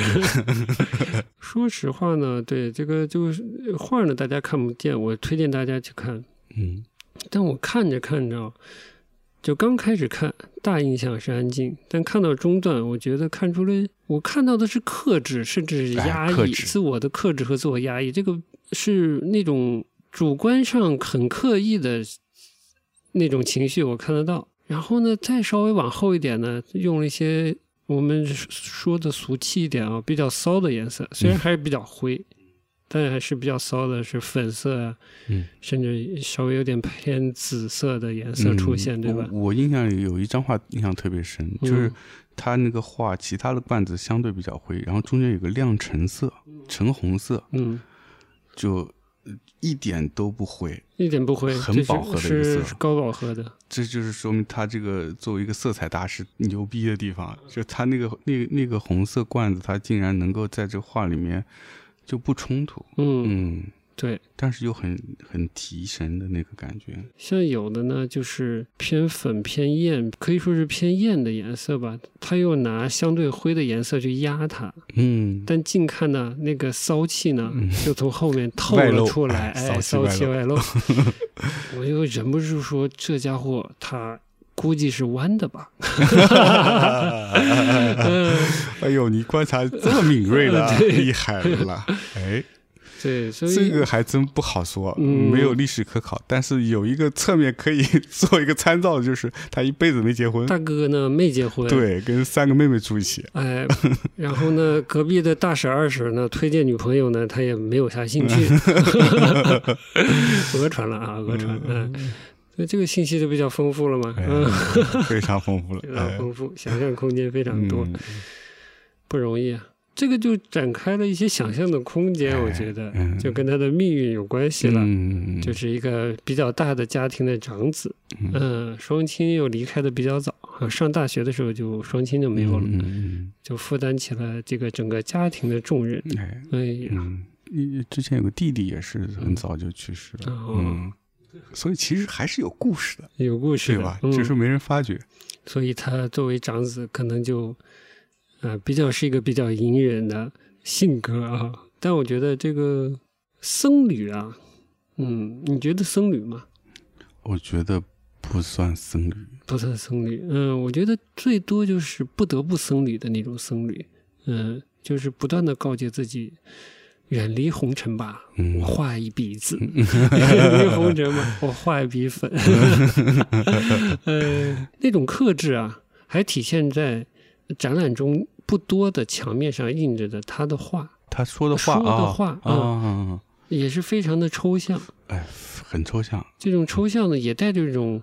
S2: 说实话呢，对这个就是画呢，大家看不见，我推荐大家去看。
S1: 嗯
S2: 但我看着看着啊，就刚开始看，大印象是安静，但看到中段，我觉得看出来，我看到的是克制，甚至是压
S1: 哎克
S2: 抑，
S1: 制
S2: 自我的克制和自我压抑，这个是那种主观上很刻意的那种情绪，我看得到。然后呢，再稍微往后一点呢，用了一些我们说的俗气一点啊，比较骚的颜色，
S1: 嗯
S2: 虽然还是比较灰，但还是比较骚的，是粉色啊，
S1: 嗯，
S2: 甚至稍微有点偏紫色的颜色出现，对吧？
S1: 嗯
S2: 嗯
S1: 我我印象里有一张画印象特别深，就是他那个画，其他的罐子相对比较灰，然后中间有个亮橙色、橙红色，
S2: 嗯，
S1: 就一点都不灰。
S2: 一点不灰，
S1: 很
S2: 这是
S1: 饱和的一个色啊
S2: 是高饱和的，
S1: 这就是说明他这个作为一个色彩大师牛逼的地方，就他那个那那个红色罐子，他竟然能够在这画里面就不冲突，
S2: 嗯，
S1: 嗯，
S2: 对。
S1: 但是又很很提神的那个感觉。
S2: 像有的呢，就是偏粉偏艳，可以说是偏艳的颜色吧，它又拿相对灰的颜色去压它，
S1: 嗯，
S2: 但近看呢，那个骚气呢
S1: 嗯，
S2: 就从后 面透
S1: 外露
S2: 了出来，
S1: 哎
S2: 哎，
S1: 骚
S2: 骚
S1: 气
S2: 气外露。 我就忍不住说，这家伙他估计是弯的吧？嗯，
S1: 哎呦，你观察这么敏锐的，厉害了啦！哎，
S2: 对，所
S1: 这
S2: 以
S1: 个还真不好说，
S2: 嗯
S1: 没有历史可考，但是有一个侧面可以做一个参照，就是他一辈子没结婚，
S2: 大哥呢没结婚，，
S1: 对，跟三个妹妹住一起。
S2: 哎， 然后呢，隔壁的大婶二婶呢推荐女朋友呢，他也没有啥兴趣， 讹传了啊，讹传，嗯，所以这个信息就比较 丰富了嘛，
S1: 哎
S2: 嗯，
S1: 非常丰富了，
S2: 非
S1: 哎
S2: 常丰富，想象空间非常多。
S1: 嗯
S2: 不容易啊。这个就展开了一些想象的空间，我觉得就跟他的命运有关系了。
S1: 哎嗯，
S2: 就是一个比较大的家庭的长子，
S1: 嗯
S2: 嗯，双亲又离开的比较早，啊上大学的时候就双亲就没有了，
S1: 嗯嗯
S2: 就负担起了这个整个家庭的重任。
S1: 嗯，哎，
S2: 哎呀，
S1: 嗯，你之前有个弟弟也是很早就去世了，
S2: 哦
S1: 嗯，所以其实还是有故事的，
S2: 有故事
S1: 对
S2: 的
S1: 吧？
S2: 嗯
S1: 只是没人发觉。
S2: 所以他作为长子，可能就呃比较是一个比较隐忍的性格啊。但我觉得这个僧侣啊，嗯，你觉得僧侣吗？
S1: 我觉得不算僧侣，
S2: 不算僧侣，嗯，我觉得最多就是不得不僧侣的那种僧侣，嗯，就是不断的告诫自己远离红尘吧，
S1: 嗯
S2: 我画一笔字， 远离红尘吧，我画一笔粉， 呃，那种克制啊，还体现在展览中不多的墙面上印着的他的画，
S1: 他说的话
S2: 说的
S1: 啊
S2: 话嗯
S1: 啊啊，
S2: 也是非常的抽象。
S1: 哎，很抽象，
S2: 这种抽象呢，也带着一种，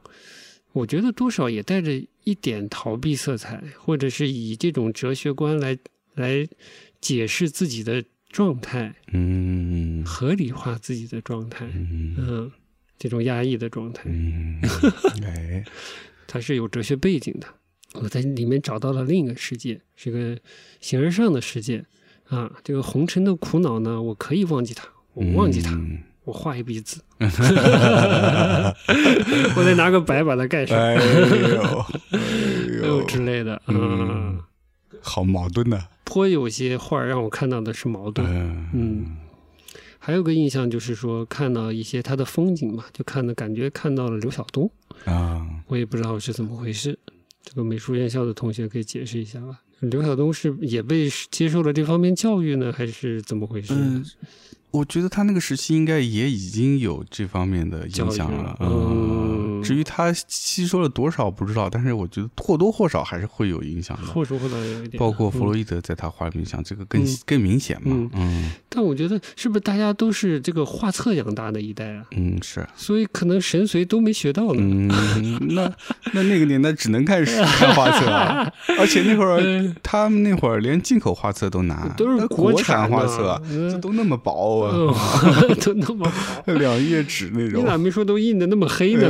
S2: 我觉得多少也带着一点逃避色彩，或者是以这种哲学观来来解释自己的状态，
S1: 嗯
S2: 合理化自己的状态，
S1: 嗯
S2: 嗯，这种压抑的状态，
S1: 嗯，哎，
S2: 它是有哲学背景的。我在里面找到了另一个世界，是个形而上的世界啊。这个红尘的苦恼呢，我可以忘记它， 我忘记它，
S1: 嗯
S2: 我画一笔字， 我得拿个白把它盖上。
S1: 哎呦，哎
S2: 呃
S1: 呦，
S2: 之类的，
S1: 嗯
S2: 嗯，
S1: 好矛盾呐，
S2: 颇有些画儿让我看到的是矛盾。
S1: 嗯
S2: 嗯，还有个印象就是说，看到一些他的风景嘛，就看的感觉看到了刘晓东，
S1: 啊，
S2: 我也不知道是怎么回事。这个美术院校的同学可以解释一下吧？刘晓东是也被接受了这方面教育呢，还是怎么回事？
S1: 嗯我觉得他那个时期应该也已经有这方面的影响了。
S2: 教育嗯
S1: 至于他吸收了多少不知道，但是我觉得或多或少还是会有影响的。
S2: 或多或少有一点。
S1: 包括弗洛伊德在他画里面讲这个更
S2: 嗯
S1: 更明显嘛。嗯
S2: 但我觉得是不是大家都是这个画册养大的一代啊？
S1: 嗯，是。
S2: 所以可能神髓都没学到呢。
S1: 嗯，那那那个年代只能看看画册 啊，而且那会儿
S2: 嗯
S1: 他们那会儿连进口画册都拿，
S2: 都
S1: 那
S2: 是
S1: 嗯国
S2: 产
S1: 画
S2: 的
S1: 册，
S2: 嗯
S1: 啊这都那么薄啊，
S2: 哦， 都那么好，
S1: 两页纸那
S2: 你
S1: 种。
S2: 咋没说都印的那么黑 呢？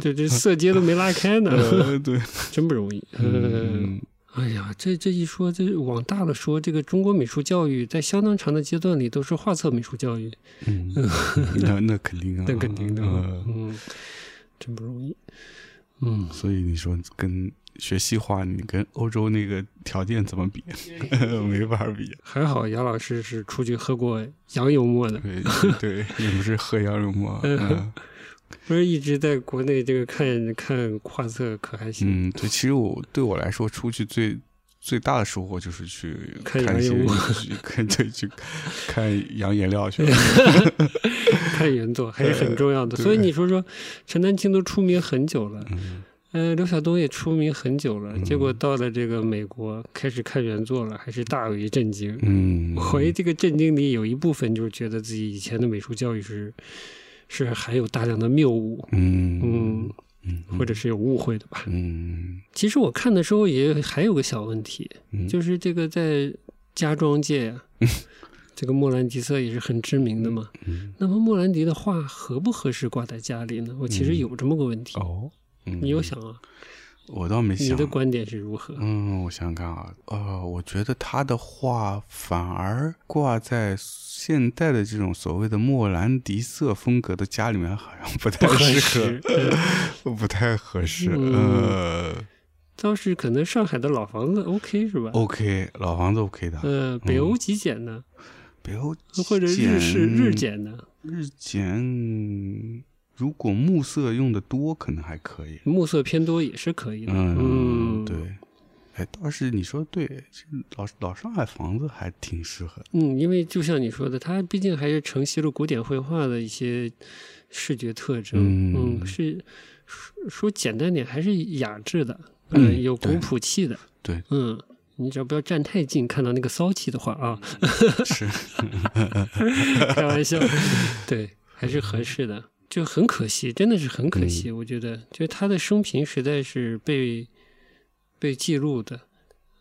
S2: 这这色阶都没拉开呢，
S1: 呃，对，
S2: 真不容易。嗯，
S1: 嗯
S2: 哎呀，这这一说，这往大了说，这个中国美术教育在相当长的阶段里都是画册美术教育，
S1: 嗯， 那那肯定啊，
S2: 那肯定的，
S1: 呃
S2: 嗯，真不容易。嗯，
S1: 所以你说跟学西画，你跟欧洲那个条件怎么 比？没法比。
S2: 还好杨老师是出去喝过洋油沫的，
S1: 对对，也不是喝羊肉 沫。嗯
S2: 嗯不是一直在国内这个看看画册可还行。
S1: 嗯，对，其实我对我来说，出去最最大的收获就是去
S2: 看
S1: 看一
S2: 羊
S1: 些
S2: 肉
S1: 去看对 去看洋颜料去了。
S2: 看原作还是
S1: 呃
S2: 很重要的。所以你说说，陈丹青都出名很久了，
S1: 嗯
S2: 呃，刘晓东也出名很久了，结果到了这个美国开始看原作了，还是大为震惊。
S1: 嗯，
S2: 我怀疑这个震惊里有一部分就是觉得自己以前的美术教育是是含有大量的谬误，
S1: 嗯
S2: 嗯，
S1: 嗯
S2: 或者是有误会的吧。
S1: 嗯
S2: 其实我看的时候也还有个小问题，
S1: 嗯
S2: 就是这个在家装界啊， 这个莫兰迪色也是很知名的嘛。
S1: 嗯
S2: 那么莫兰迪的画合不合适挂在家里呢？我其实有这么个问题，
S1: 哦，嗯
S2: 你有？想啊？
S1: 我倒没
S2: 你
S1: 想
S2: 的。观点是如何？
S1: 嗯， 我想想看啊，呃，我觉得他的画反而挂在现代的这种所谓的莫兰迪色风格的家里面，好像不太
S2: 合
S1: 适
S2: 适，嗯
S1: 合，不太合适。呃
S2: 倒是可能上海的老房子 OK 是吧？
S1: ，OK，老房子 OK 的，啊
S2: 呃，北欧极简呢，
S1: 北欧
S2: 或者日式
S1: 嗯简
S2: 日简呢？
S1: 日简，如果木色用的多，可能还可以。
S2: 木色偏多也是可以的。嗯，
S1: 对。哎，倒是你说的对，这老老上海房子还挺适合的。
S2: 嗯，因为就像你说的，它毕竟还是承袭了古典绘画的一些视觉特征。
S1: 嗯
S2: 嗯，是说说简单点，还是雅致的，嗯、
S1: 嗯
S2: 有古
S1: 对
S2: 朴气的。
S1: 对，
S2: 嗯，你只要不要站太近，看到那个骚气的话啊，
S1: 是，
S2: 开玩笑， 对，还是合适的。就很可惜，真的是很可惜。我觉得，就是他的生平实在是被被记录的，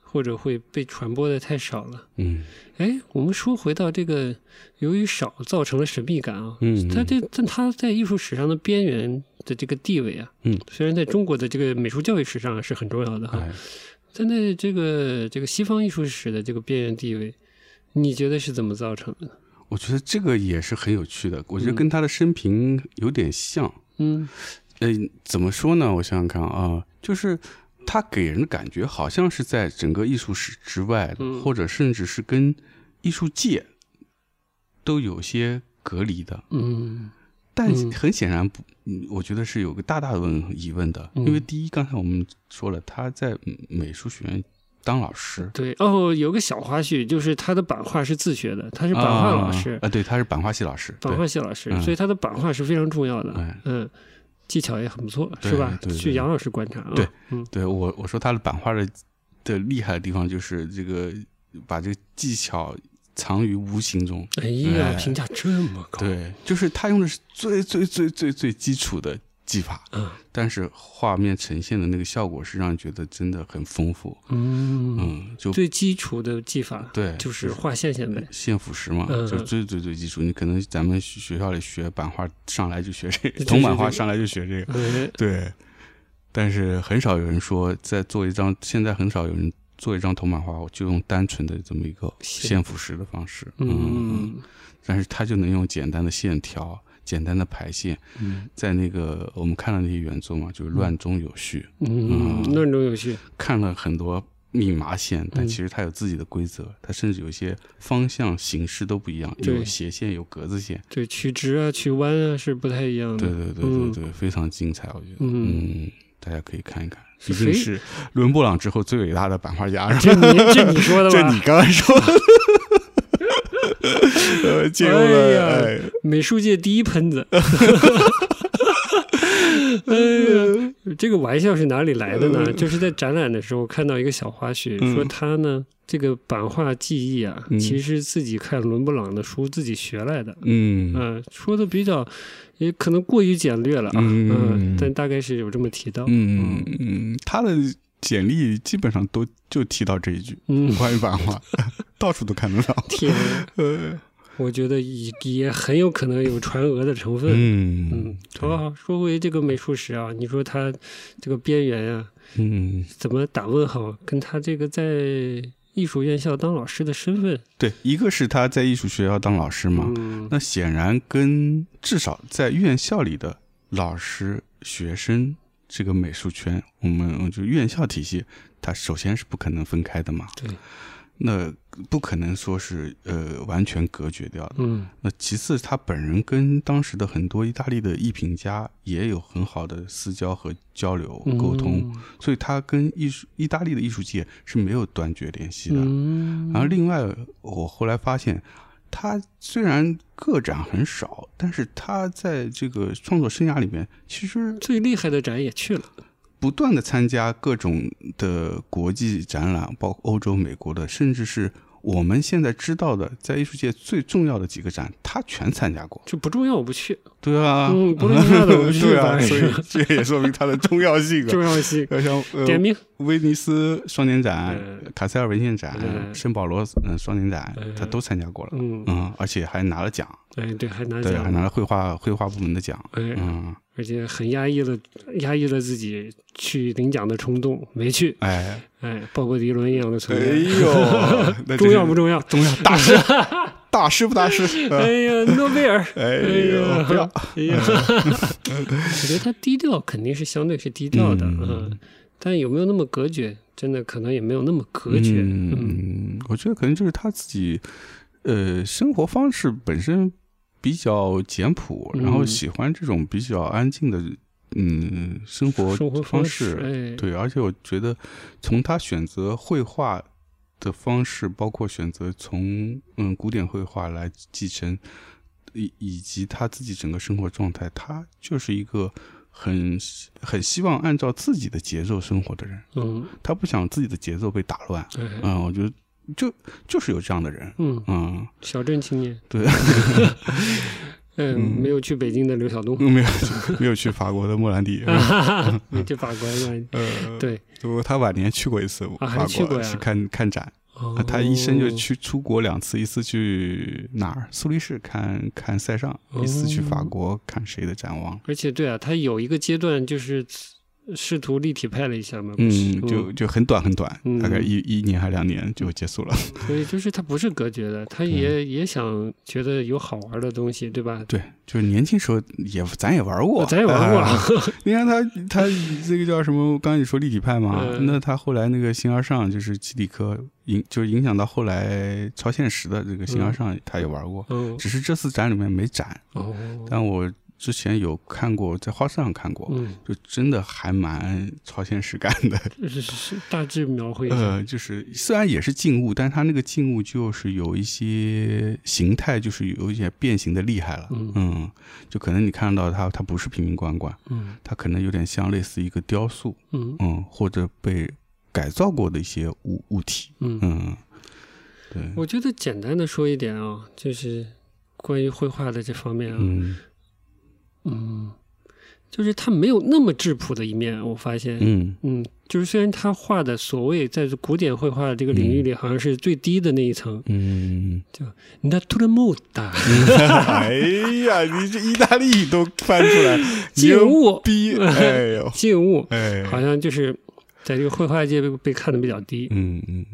S2: 或者会被传播的太少了。
S1: 嗯
S2: 哎，我们说回到这个，由于少造成了神秘感啊，
S1: 嗯
S2: 它这但它在艺术史上的边缘的这个地位啊，
S1: 嗯，
S2: 虽然在中国的这个美术教育史上是很重要的哈，
S1: 哎，
S2: 但在这个这个西方艺术史的这个边缘地位，你觉得是怎么造成的？
S1: 我觉得这个也是很有趣的，我觉得
S2: 嗯
S1: 跟他的生平有点像。
S2: 嗯
S1: 呃，怎么说呢？我想想看啊，就是他给人的感觉好像是在整个艺术史之外的，
S2: 嗯
S1: 或者甚至是跟艺术界都有些隔离的。
S2: 嗯
S1: 但
S2: 嗯
S1: 很显然不，嗯我觉得是有个大大的问疑问的，
S2: 嗯
S1: 因为第一，刚才我们说了，他在美术学院当老师，
S2: 对哦，有个小花絮，就是他的版画是自学的，他是版画老师，
S1: 啊、对，他是版画系老师，
S2: 版
S1: 对
S2: 画系老师，
S1: 嗯
S2: 所以他的版画是非常重要的。
S1: 哎
S2: 嗯，技巧也很不错，
S1: 对
S2: 是吧？
S1: 对对
S2: 去杨老师观察啊。
S1: 对，
S2: 嗯
S1: 对我我说他的版画的的厉害的地方就是这个把这个技巧藏于无形中，
S2: 哎呀，
S1: 哎
S2: 评价这么高。
S1: 对，就是他用的是最最最最最基础的技法，
S2: 啊，
S1: 但是画面呈现的那个效果是让人觉得真的很丰富，
S2: 嗯，
S1: 嗯，就
S2: 最基础的技法，
S1: 对
S2: 就是画线线呗。
S1: 线腐蚀嘛，
S2: 嗯
S1: 就是最最最基础。你可能咱们学学校里学版画，上来就学这
S2: 对
S1: 个，铜版
S2: 对
S1: 画
S2: 对
S1: 上来就学这个，
S2: 呃，
S1: 对。但是很少有人说，在做一张，现在很少有人做一张铜版画，我就用单纯的这么一个
S2: 线
S1: 线腐蚀的方式，嗯，
S2: 嗯
S1: 但是他就能用简单的线条、简单的排线，
S2: 嗯
S1: 在那个我们看了那些原作嘛，就是乱中有序，
S2: 嗯，乱中有序。
S1: 看了很多密码线，但
S2: 嗯
S1: 其实它有自己的规则，它甚至有一些方向、形式都不一样，
S2: 对
S1: 有斜线，有格子线。
S2: 对，曲直啊，曲弯啊是不太一样
S1: 对
S2: 的。
S1: 对对对对，非常精彩，我觉得，
S2: 嗯
S1: 嗯，大家可以看一看，
S2: 是
S1: 毕竟
S2: 谁
S1: 是伦勃朗之后最伟大的版画 家，是吧
S2: 这你这你说 的
S1: 这你
S2: 吧？
S1: 刚才说的。 呃，进入了、
S2: 哎
S1: 哎
S2: 美术界第一喷 子。哎呀，这个玩笑是哪里来的呢？就是在展览的时候看到一个小花絮，
S1: 嗯
S2: 说他呢这个版画技艺啊，
S1: 嗯
S2: 其实自己看伦勃朗的书自己学来的。
S1: 嗯
S2: 嗯、说的比较，也可能过于简略了啊。
S1: 嗯
S2: 嗯，但大概是有这么提到。
S1: 嗯嗯，他的简历基本上都就提到这一句
S2: 嗯，
S1: 关于版画， 到处都看得到。
S2: 天啊，
S1: 呃，
S2: 我觉得也也很有可能有传讹的成分。
S1: 嗯
S2: 嗯，好好说回这个美术史啊，你说它这个边缘啊，
S1: 嗯，
S2: 怎么打问号？跟他这个在艺术院校当老师的身份，
S1: 对，一个是他在艺术学校当老师嘛，
S2: 嗯
S1: 那显然跟至少在院校里的老师、学生这个美术圈，我们就院校体系，它首先是不可能分开的嘛。
S2: 对，
S1: 那不可能说是呃完全隔绝掉的。
S2: 嗯
S1: 那其次，他本人跟当时的很多意大利的艺评家也有很好的私交和交流
S2: 嗯
S1: 沟通，，所以他跟艺术意大利的艺术界是没有断绝联系的。
S2: 嗯，
S1: 然后另外，呃我后来发现，他虽然个展很少，但是他在这个创作生涯里面，其实
S2: 最厉害的展也去了，
S1: 不断的参加各种的国际展览，包括欧洲、美国的，甚至是我们现在知道的，在艺术界最重要的几个展，他全参加过。
S2: 这不重要我不去，
S1: 对啊，
S2: 嗯不重要的我去
S1: 对啊，
S2: 反正
S1: 所以这也说明它的重要性啊。
S2: 重要性
S1: 要像呃
S2: 点名，
S1: 威尼斯双年展、
S2: 嗯
S1: 卡塞尔文献展、
S2: 嗯
S1: 圣保罗嗯双年展，
S2: 嗯
S1: 他都参加过了。
S2: 嗯，
S1: 嗯，而且还拿了奖，
S2: 哎对，还拿
S1: 对，还
S2: 奖
S1: 拿，了绘画绘画部门的奖。
S2: 哎，
S1: 嗯，
S2: 而且很压抑了，压抑了自己去领奖的冲动，没去，
S1: 哎，
S2: 哎，鲍勃迪伦一样
S1: 哎
S2: 的
S1: 啊
S2: 存在，
S1: 呦， 那
S2: 重要不
S1: 重
S2: 重要？
S1: 重要？大 师，大师不大师？嗯
S2: 哎呀，诺贝尔。
S1: 哎
S2: 哎呀
S1: 呦，不要，，
S2: 哎呀， 我觉得他低调肯定是相对是低调的，
S1: 嗯
S2: 嗯，但有没有那么隔绝？真的可能也没有那么隔绝，嗯
S1: 嗯，我觉得可能就是他自己，呃，生活方式本身比较简朴，
S2: 嗯
S1: 然后喜欢这种比较安静的，嗯，生活
S2: 生活
S1: 方
S2: 式，哎，
S1: 对，而且我觉得从他选择绘画的方式，包括选择从嗯古典绘画来继承，以以及他自己整个生活状态，他就是一个很很希望按照自己的节奏生活的人，
S2: 嗯，
S1: 他不想自己的节奏被打乱。
S2: 哎，
S1: 嗯，我觉得就就是有这样的人，
S2: 嗯，
S1: 嗯，
S2: 小镇青年，
S1: 对，
S2: 嗯，
S1: 嗯
S2: 没有去北京的刘晓 东，
S1: 没有没有去法国的莫兰迪。
S2: 没去法国嘛？
S1: 呃，，
S2: 嗯对，
S1: 不过他晚年去过一次
S2: 啊还
S1: 法
S2: 去过
S1: 国，
S2: 呀
S1: 是看看展。 啊，他一生
S2: 哦
S1: 就去出国两次，一次去哪儿？苏黎世看看塞尚，一次去法
S2: 哦
S1: 国看谁的展望。
S2: 而且对啊，他有一个阶段就是试图立体派了一下嘛，不是
S1: 嗯，就就很短很短，大概
S2: 哦嗯
S1: 一一年还两年就结束了。
S2: 所以就是他不是隔绝的，他也也想觉得有好玩的东西，对吧？
S1: 对，就是年轻时候也咱也玩过，
S2: 咱也玩过
S1: 啊
S2: 啊，
S1: 你看他他这个叫什么？刚才你说立体派嘛，
S2: 嗯
S1: 那他后来那个形而上就是基里科影，就是影响到后来超现实的这个形而
S2: 嗯
S1: 上，他也玩过，
S2: 嗯，
S1: 只是这次展里面没展。
S2: 哦，
S1: 但我之前有看过，在花市上看过，
S2: 嗯，
S1: 就真的还蛮超现实感的。
S2: 是是大致描绘一下，
S1: 呃，就是虽然也是静物，但它那个静物就是有一些形态，就是有一些变形的厉害了。
S2: 嗯
S1: 就可能你看到它，它不是瓶瓶罐罐，
S2: 嗯
S1: 它可能有点像类似一个雕塑，
S2: 嗯
S1: 嗯，或者被改造过的一些物物体，
S2: 嗯，
S1: 嗯，对，
S2: 我觉得简单的说一点啊，就是关于绘画的这方面啊，
S1: 嗯
S2: 嗯，就是他没有那么质朴的一面，我发现，
S1: 嗯
S2: 嗯，就是虽然他画的所谓在古典绘画这个领域里好像是最低的那一层，
S1: 嗯，
S2: 那图的莫达
S1: 哎呀，你这意大利语都翻出来，
S2: 静
S1: 牛
S2: 物
S1: 逼，哎呦，
S2: 静物，
S1: 哎，
S2: 好像就是在这个绘画界被被看的比较低，
S1: 嗯嗯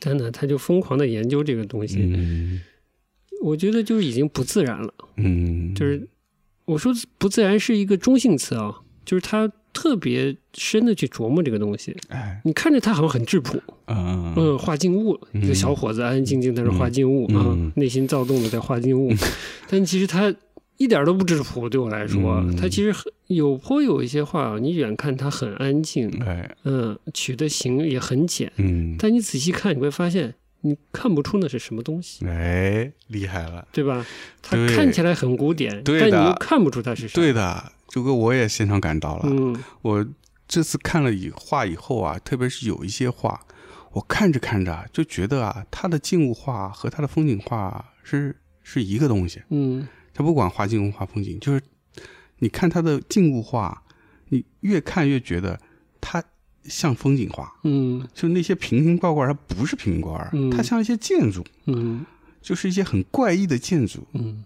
S2: 但呢，他就疯狂的研究这个东西，
S1: 嗯
S2: 我觉得就已经不自然了。
S1: 嗯，
S2: 就是我说不自然是一个中性词啊，就是他特别深的去琢磨这个东西。
S1: 哎，
S2: 你看着他好像很质朴，
S1: 嗯
S2: 嗯，画静物，
S1: 嗯
S2: 一个小伙子安安静静在那画静物、
S1: 嗯
S2: 啊，内心躁动的在画静物，但其实他一点都不质朴。对我来说，
S1: 嗯
S2: 他其实很有颇有一些画，你远看他很安静，
S1: 哎，
S2: 嗯，取的形也很简，
S1: 嗯，
S2: 但你仔细看，你会发现你看不出那是什么东西。
S1: 哎，厉害了，
S2: 对吧？它
S1: 对
S2: 看起来很古典，
S1: 对
S2: 但
S1: 的
S2: 你又看不出它是啥。
S1: 对的，这个我也现场感到了。
S2: 嗯，
S1: 我这次看了以画以后啊，特别是有一些画，我看着看着啊就觉得啊，他的静物画和他的风景画啊是是一个东西。
S2: 嗯
S1: 他不管画静物画风景，就是你看他的静物画，你越看越觉得他像风景画，
S2: 嗯
S1: 就那些瓶瓶罐罐，它不是瓶瓶罐罐，
S2: 嗯
S1: 它像一些建筑，
S2: 嗯
S1: 就是一些很怪异的建筑，
S2: 嗯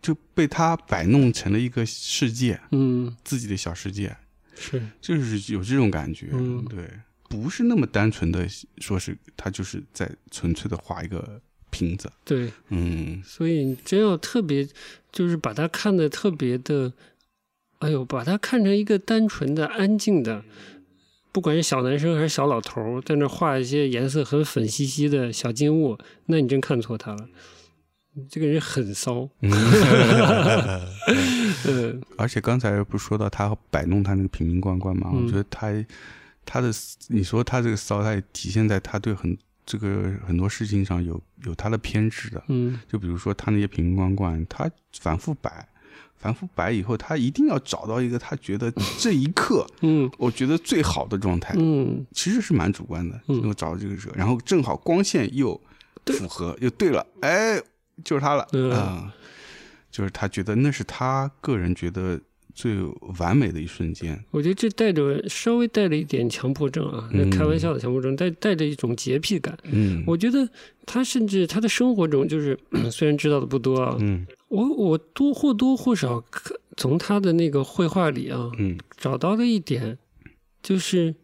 S1: 就被他摆弄成了一个世界，
S2: 嗯，
S1: 自己的小世界，
S2: 是
S1: 就是有这种感觉。
S2: 嗯
S1: 对，不是那么单纯的说是他就是在纯粹的画一个瓶子。
S2: 对。
S1: 嗯
S2: 所以你真要特别，就是把它看得特别的，哎呦，把它看成一个单纯的、安静的，不管是小男生还是小老头儿，在那画一些颜色很粉兮兮的小静物，那你真看错他了。你这个人 很骚，嗯
S1: 而且刚才不是说到他摆弄他那个瓶瓶罐罐嘛，
S2: 嗯
S1: 我觉得他他的你说他这个骚，他也体现在他对很这个很多事情上有有他的偏执的。
S2: 嗯
S1: 就比如说他那些瓶瓶罐罐，他反复摆，反复摆以后，他一定要找到一个他觉 得这一刻
S2: 嗯
S1: 我觉得最好的状态，
S2: 嗯，
S1: 其实是蛮主观的。
S2: 嗯
S1: 我找到这个时候，然后正好光线又符合，又对了，哎，就是他了，
S2: 嗯
S1: 啊就是他觉得那是他个人觉得最完美的一瞬间。
S2: 我觉得这带着稍微带了一点强迫症啊，
S1: 嗯
S2: 开玩笑的强迫症，带带着一种洁癖感。
S1: 嗯
S2: 我觉得他甚至他的生活中，就是 虽然知道的不多啊，
S1: 嗯
S2: 我我多或多或少可从他的那个绘画里啊，
S1: 嗯
S2: 找到了一点，就是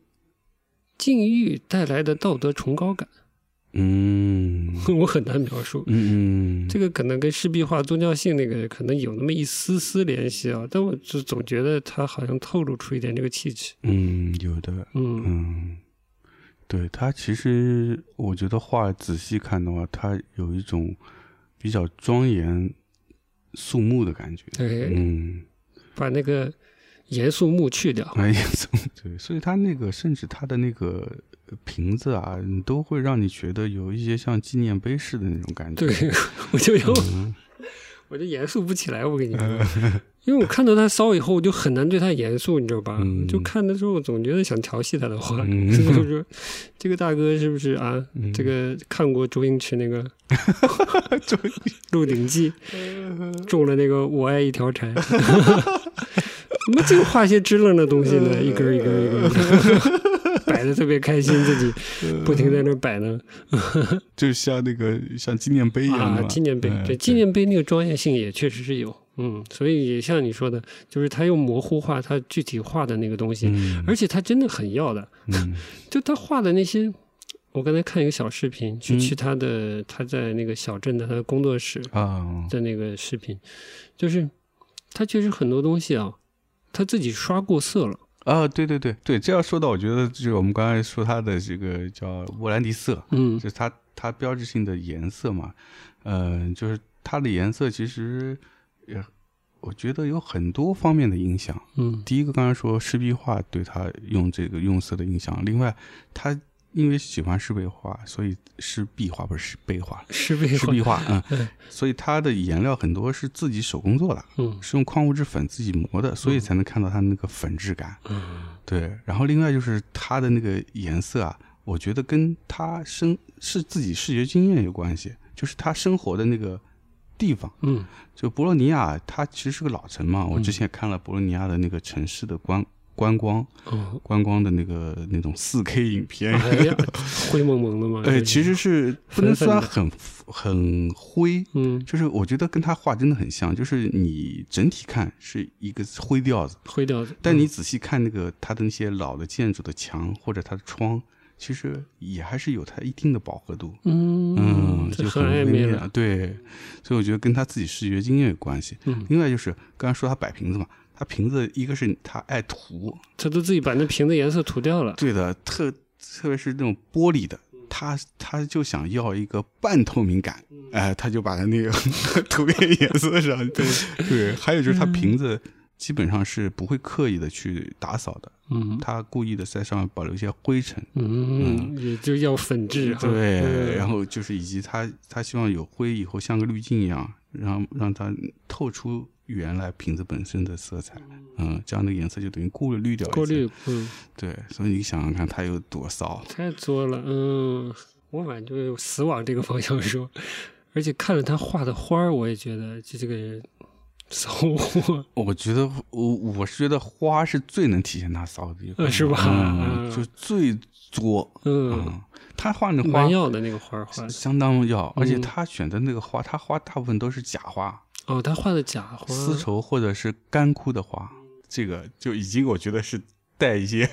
S2: 禁欲带来的道德崇高感，
S1: 嗯
S2: 我很难描述。
S1: 嗯，
S2: 这
S1: 个
S2: 个可能跟世壁画宗教性那个可能有那么一丝丝联系啊，但我就总觉得他好像透露出一点这个气质。
S1: 嗯有的，
S2: 嗯
S1: 嗯，对他其实，我觉得画仔细看的话，他有一种比较庄严肃穆的感觉。
S2: 对，
S1: 嗯，
S2: 把那个严肃木去掉。
S1: 哎呀，对，所以他那个甚至他的那个瓶子啊，你都会让你觉得有一些像纪念碑似的那种感觉。
S2: 对，我就有，
S1: 嗯，
S2: 我就严肃不起来。我跟你说， 因为我看到他骚以后，我就很难对他严肃，你知道吧？
S1: 嗯
S2: 就看的时候，我总觉得想调戏他的话，
S1: 嗯
S2: 就是说这个大哥是不是啊？
S1: 嗯
S2: 这个看过周星驰 那个《鹿鼎记》，
S1: 嗯
S2: 中了那个我爱一条柴，怎么净画些支棱的东西呢？
S1: 嗯
S2: 一根儿一根儿一根儿， 摆的特别开心，自己不停在那儿摆呢。
S1: 就像那个像纪念碑一样
S2: 啊
S1: 的，嘛
S2: 纪念碑
S1: 哎，
S2: 对纪念碑那个庄严性也确实是有，嗯，所以也像你说的，就是他又模糊化他具体画的那个东西，
S1: 嗯
S2: 而且他真的很要的，
S1: 嗯
S2: 就他画的那些，我刚才看一个小视频，去
S1: 嗯
S2: 去他的他在那个小镇的他的工作室
S1: 啊，
S2: 的那个视频，就是他确实很多东西啊，他自己刷过色了，
S1: 啊，对对对对，这要说到，我觉得就是我们刚才说它的这个叫莫兰迪色，
S2: 嗯
S1: 就是它它标志性的颜色嘛，嗯、就是它的颜色其实也，我觉得有很多方面的影响。
S2: 嗯
S1: 第一个刚才说湿壁画对他用这个用色的影响，另外他因为喜欢湿壁画，所以湿壁画不是湿壁画，
S2: 是被
S1: 湿
S2: 画，
S1: 壁画，嗯，所以他的颜料很多是自己手工做的，
S2: 嗯
S1: 是用矿物质粉自己磨的，所以才能看到它那个粉质感。
S2: 嗯
S1: 对，然后另外就是它的那个颜色啊，我觉得跟他生是自己视觉经验有关系，就是他生活的那个地方，
S2: 嗯
S1: 就博洛尼亚，它其实是个老城嘛。我之
S2: 嗯
S1: 前看了博洛尼亚的那个城市的观观光
S2: 哦，
S1: 观光的那个那种四 K 影 片，
S2: 哎呀，灰蒙蒙的嘛，
S1: 哎，
S2: 这
S1: 其实是不能
S2: 粉
S1: 算
S2: 粉的
S1: 很很灰，
S2: 嗯，
S1: 就是我觉得跟他画真的很像，就是你整体看是一个灰调子，
S2: 灰掉的，
S1: 但你仔细看那个它的那些老的建筑的墙或者它的窗，其实也还是有它一定的饱和度。
S2: 嗯，
S1: 嗯，
S2: 这
S1: 就
S2: 很
S1: 很微
S2: 暧昧
S1: 妙
S2: 了，
S1: 对，所以我觉得跟他自己视觉经验有关系。
S2: 嗯，
S1: 另外就是刚才说他摆瓶子嘛，他瓶子一个是他爱涂，
S2: 他都自己把那瓶子颜色涂掉了，
S1: 对的，特特别是那种玻璃的，他他就想要一个半透明感，哎、他就把它那个 涂遍颜色上，对对。还有
S2: 嗯
S1: 就是他瓶子基本上是不会刻意的去打扫的，
S2: 嗯
S1: 他故意的在上面保留一些灰尘。
S2: 嗯，也就要粉质哈，
S1: 对，
S2: 嗯
S1: 然后就是以及他他希望有灰以后像个滤镜一样，让让它透出原来瓶子本身的色彩，嗯，这样的颜色就等于过滤掉一些
S2: 过滤，嗯，
S1: 对，所以你想想看，它有多骚，
S2: 太作了，嗯，我反正就死往这个方向说，而且看了他画的花儿，我也觉得就这个人骚货，
S1: 我觉得我我是觉得花是最能体现它骚的地方，
S2: 呃是吧
S1: 嗯
S2: 嗯
S1: 就最作，
S2: 嗯，
S1: 嗯，他画那花
S2: 蛮要的那个花儿画的，
S1: 相当要，而且
S2: 嗯
S1: 他选的那个花，他花大部分都是假花，
S2: 哦，他画的假花，
S1: 丝绸或者是干枯的花，这个就已经我觉得是带一些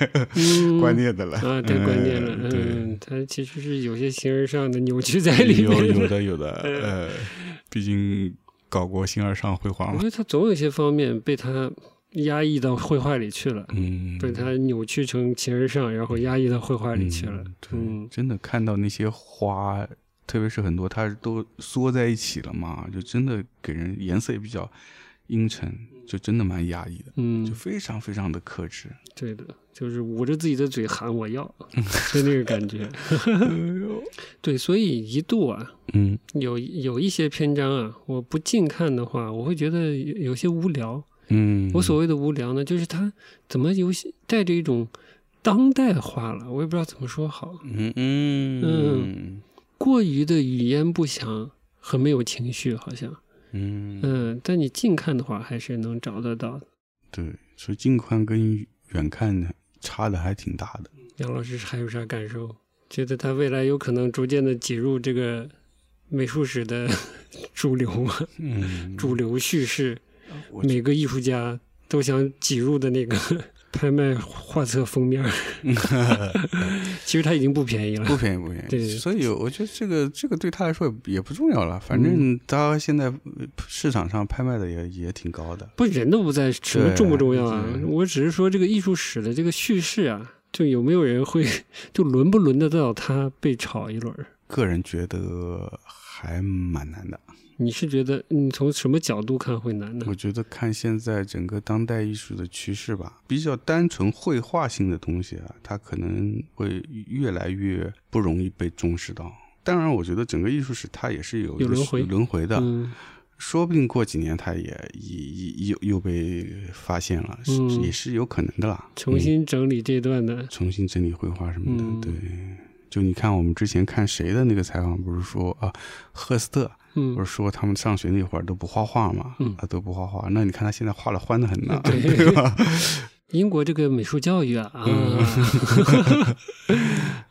S2: 嗯
S1: 观。念的了，
S2: 啊，
S1: 带
S2: 太关键了，
S1: 对。
S2: 嗯，他其实是有些形而上的扭曲在 里面
S1: 有
S2: 的，
S1: 有的 有的，呃，毕竟搞过形而上绘画
S2: 我
S1: 嘛
S2: 觉，得他总有些方面被他压抑到绘画里去了，
S1: 嗯，
S2: 被他扭曲成形而上，然后压抑到绘画里去了
S1: 嗯。对，
S2: 嗯
S1: 真的看到那些花，特别是很多它都缩在一起了嘛，就真的给人颜色也比较阴沉，就真的蛮压抑的，就
S2: 嗯，
S1: 非常非常的克制。
S2: 对的，就是捂着自己的嘴喊我要，就那个感 觉。
S1: 哎
S2: 对，所以一度啊，
S1: 嗯
S2: 有有一些篇章啊，我不近看的话，我会觉得有有些无聊。
S1: 嗯，
S2: 我所谓的无聊呢，就是他怎么有些带着一种当代化了，我也不知道怎么说好，
S1: 嗯嗯
S2: 过于的语言不详和没有情绪，好像。
S1: 嗯嗯，
S2: 嗯，但你近看的话，还是能找得到的。
S1: 对，所以近看跟远看差的还挺大的。
S2: 杨老师还有啥感受？觉得他未来有可能逐渐的挤入这个美术史的主流吗？
S1: 嗯，
S2: 主流叙事，
S1: 我
S2: 每个艺术家都想挤入的那个 拍卖画册封面儿。 其实它已经不便宜了。
S1: 不便宜，不便宜。
S2: 对
S1: 所以我觉得这个这个对他来说也也不重要了，反
S2: 嗯
S1: 正他现在呃市场上拍卖的也也挺高的。
S2: 不，人都不在，什么
S1: 对
S2: 重不重要啊？
S1: 对
S2: 我只是说这个艺术史的这个叙事啊，就有没有人会，就轮不轮得到他被炒一轮儿？
S1: 个人觉得还蛮难的。
S2: 你是觉得你从什么角度看会难呢？
S1: 我觉得看现在整个当代艺术的趋势吧，比较单纯绘画性的东西啊，它可能会越来越不容易被重视到。当然，我觉得整个艺术史它也是有一个
S2: 有轮回
S1: 轮回的，
S2: 嗯
S1: 说不定过几年它也也又又被发现了，是
S2: 嗯
S1: 也是有可能的啦。嗯
S2: 重新整理这段的，
S1: 重新整理绘画什么的，
S2: 嗯
S1: 对。就你看，我们之前看谁的那个采访，不是说啊，赫斯特
S2: 嗯
S1: 不是说他们上学那会儿都不画画嘛，
S2: 嗯
S1: 啊都不画画。那你看他现在画的欢的很呢，
S2: 对
S1: 对吧？
S2: 英国这个美术教育啊，啊，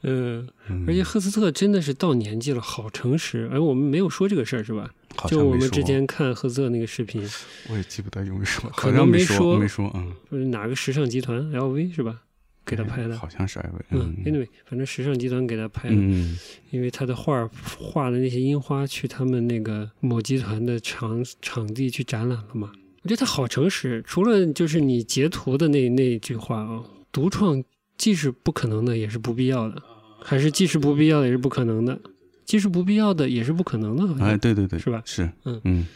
S2: 嗯，而且赫斯特真的是到年纪了，好诚实。哎，我们没有说这个事儿是吧？
S1: 好像
S2: 就我
S1: 没
S2: 们
S1: 说
S2: 之前看赫斯特那个视频，
S1: 我也记不得有没有说，
S2: 可
S1: 好
S2: 能
S1: 像
S2: 没
S1: 说
S2: 说
S1: 没说，嗯，
S2: 就是哪个时尚集团 LV 是吧？给他拍的。
S1: 哎好像是艾薇，
S2: 嗯
S1: 嗯
S2: ，anyway，反正时尚集团给他拍的，
S1: 嗯
S2: 因为他的画儿画的那些樱花去他们那个某集团的场场地去展览了嘛。我觉得他好诚实，除了就是你截图的那那句话啊，独创既是不可能的，也是不必要的，还是既是不必要的，也是不可能的，既是不必要的，也是不可能的，好像
S1: 哎，对对对，
S2: 嗯是吧？
S1: 是，
S2: 嗯
S1: 嗯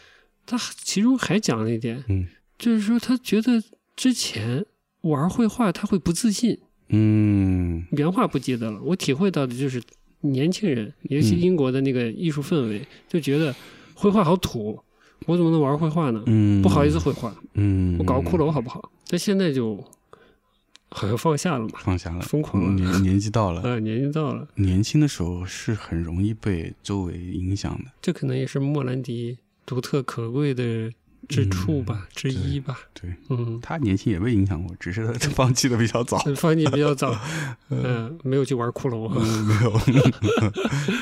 S2: 他其中还讲了一点，
S1: 嗯
S2: 就是说他觉得之前玩绘画他会不自信，
S1: 嗯
S2: 原话不记得了。我体会到的就是年轻人，尤其
S1: 嗯
S2: 英国的那个艺术氛围，就觉得绘画好土，我怎么能玩绘画呢？
S1: 嗯，
S2: 不好意思，绘画，
S1: 嗯，
S2: 我搞个骷髅好不好？但现在就好像放下了嘛，
S1: 放下 了，
S2: 疯狂了
S1: 年年纪到了，
S2: 啊，年纪到了，
S1: 年轻的时候是很容易被周围影响的，
S2: 这可能也是莫兰迪独特可贵的之处吧，之一吧，
S1: 嗯对
S2: 嗯。
S1: 他年轻也被影响过，只是他放弃的比较早，
S2: 放弃比较早，嗯、没有去玩骷髅，
S1: 嗯没有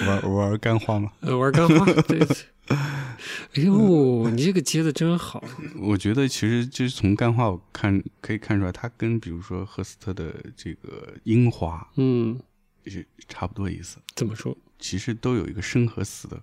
S1: 玩玩干花嘛。
S2: 呃，玩干花。对，哎呦，你这个接的真好，
S1: 我觉得其实就是从干花，我看可以看出来，他跟比如说赫斯特的这个樱花
S2: 嗯，
S1: 是差不多意思。
S2: 怎么说？
S1: 其实都有一个生和死的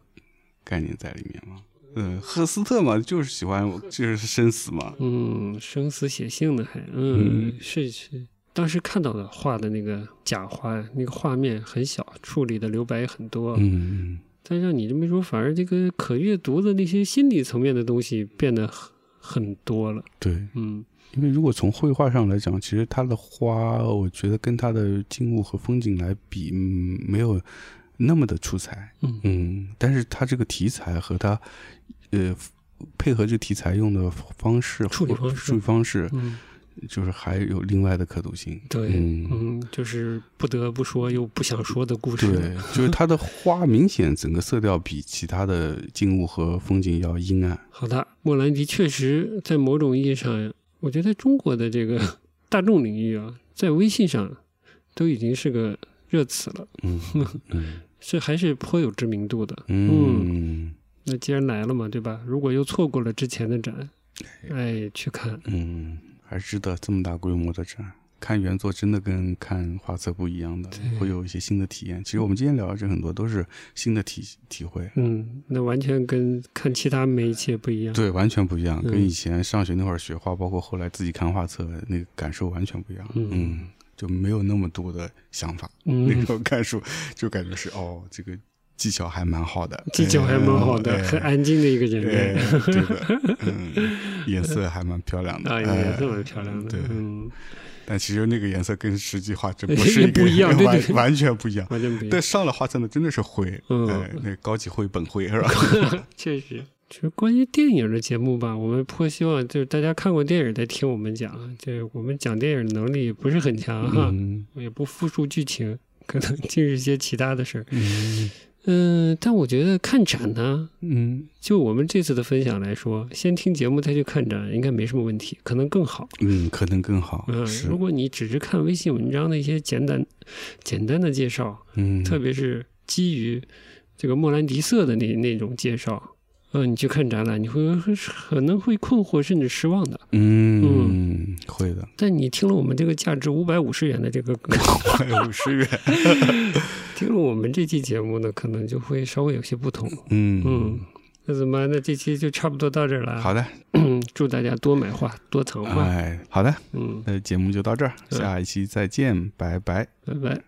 S1: 概念在里面嘛。嗯，赫斯特嘛，就是喜欢就是生死嘛。
S2: 嗯，生死写性的还，嗯，
S1: 嗯
S2: 是是。当时看到的画的那个假花，那个画面很小，处理的留白也很多，
S1: 嗯，
S2: 但让你这么一说，反而这个可阅读的那些心理层面的东西变得很很多了。
S1: 对，
S2: 嗯
S1: 因为如果从绘画上来讲，其实他的花，我觉得跟他的静物和风景来比，嗯，没有那么的出彩。
S2: 嗯
S1: 嗯，但是他这个题材和他，呃，配合这题材用的方式、
S2: 处理方式
S1: 处理方式，
S2: 嗯，
S1: 就是还有另外的可读性。
S2: 对，
S1: 嗯
S2: 嗯，就是不得不说又不想说的故
S1: 对
S2: 事。，
S1: 就是它的花明显整个色调比其他的静物和风景要阴暗。
S2: 好的，莫兰迪确实在某种意义上，我觉得在中国的这个 大众领域啊，在微信上都已经是个热词了，
S1: 嗯嗯
S2: 这还是颇有知名度的。
S1: 嗯
S2: 那既然来了嘛，对吧？如果又错过了之前的展，哎，去看，
S1: 嗯，还是值得这么大规模的展。看原作真的跟看画册不一样的，会有一些新的体验。其实我们今天聊的这很多都是新的体体会，
S2: 嗯，那完全跟看其他媒介不一样。
S1: 对，完全不一样，
S2: 嗯
S1: 跟以前上学那会儿学画，包括后来自己看画册那个感受完全不一样。
S2: 嗯
S1: 嗯，就没有那么多的想法。 那
S2: 嗯
S1: 时，候看书就感觉是哦，这个技巧还蛮好的，
S2: 技巧还蛮好的，
S1: 哎
S2: 很安静的一个
S1: 哎
S2: 人。
S1: 对 的，嗯，颜色还蛮漂亮的，
S2: 啊，
S1: 哎
S2: 颜色蛮漂亮的
S1: 对，，
S2: 嗯，
S1: 但其实那个颜色跟实际画真 不是个
S2: 不一 样对对
S1: 完
S2: 对
S1: 完全不一样。
S2: 完全不一样
S1: 但。上了画册呢，真的是灰，
S2: 嗯
S1: 哎那高级灰本灰是 吧？
S2: 确实，其实关于电影的节目吧，我们颇希望就是大家看过电影再听我们讲，就是我们讲电影的能力不是很强哈，
S1: 嗯
S2: 也不复述剧情，可能就是一些其他的事儿。
S1: 嗯
S2: 嗯、但我觉得看展呢，
S1: 嗯，
S2: 就我们这次的分享来说，先听节目再去看展，应该没什么问题，可能更好。
S1: 嗯，可能更好
S2: 嗯，，
S1: 是
S2: 如，果你只是看微信文章的一些简单简单的介绍，
S1: 嗯，
S2: 特别是基于这个莫兰迪瑟的那那种介绍，嗯、你去看展览，你会会可能会困惑甚至失望的。
S1: 嗯，会的，
S2: 但你听了我们这个价值五百五十元的这个，
S1: 快五十元，
S2: 听了我们这期节目呢，可能就会稍微有些不同。嗯啊
S1: 嗯，
S2: 那怎么办？那这期就差不多到这儿了。
S1: 好的，
S2: 祝大家多买画，多藏画。
S1: 哎，好的，
S2: 嗯，
S1: 那节目就到这儿，
S2: 嗯
S1: 下一期再见，拜拜。
S2: 拜拜。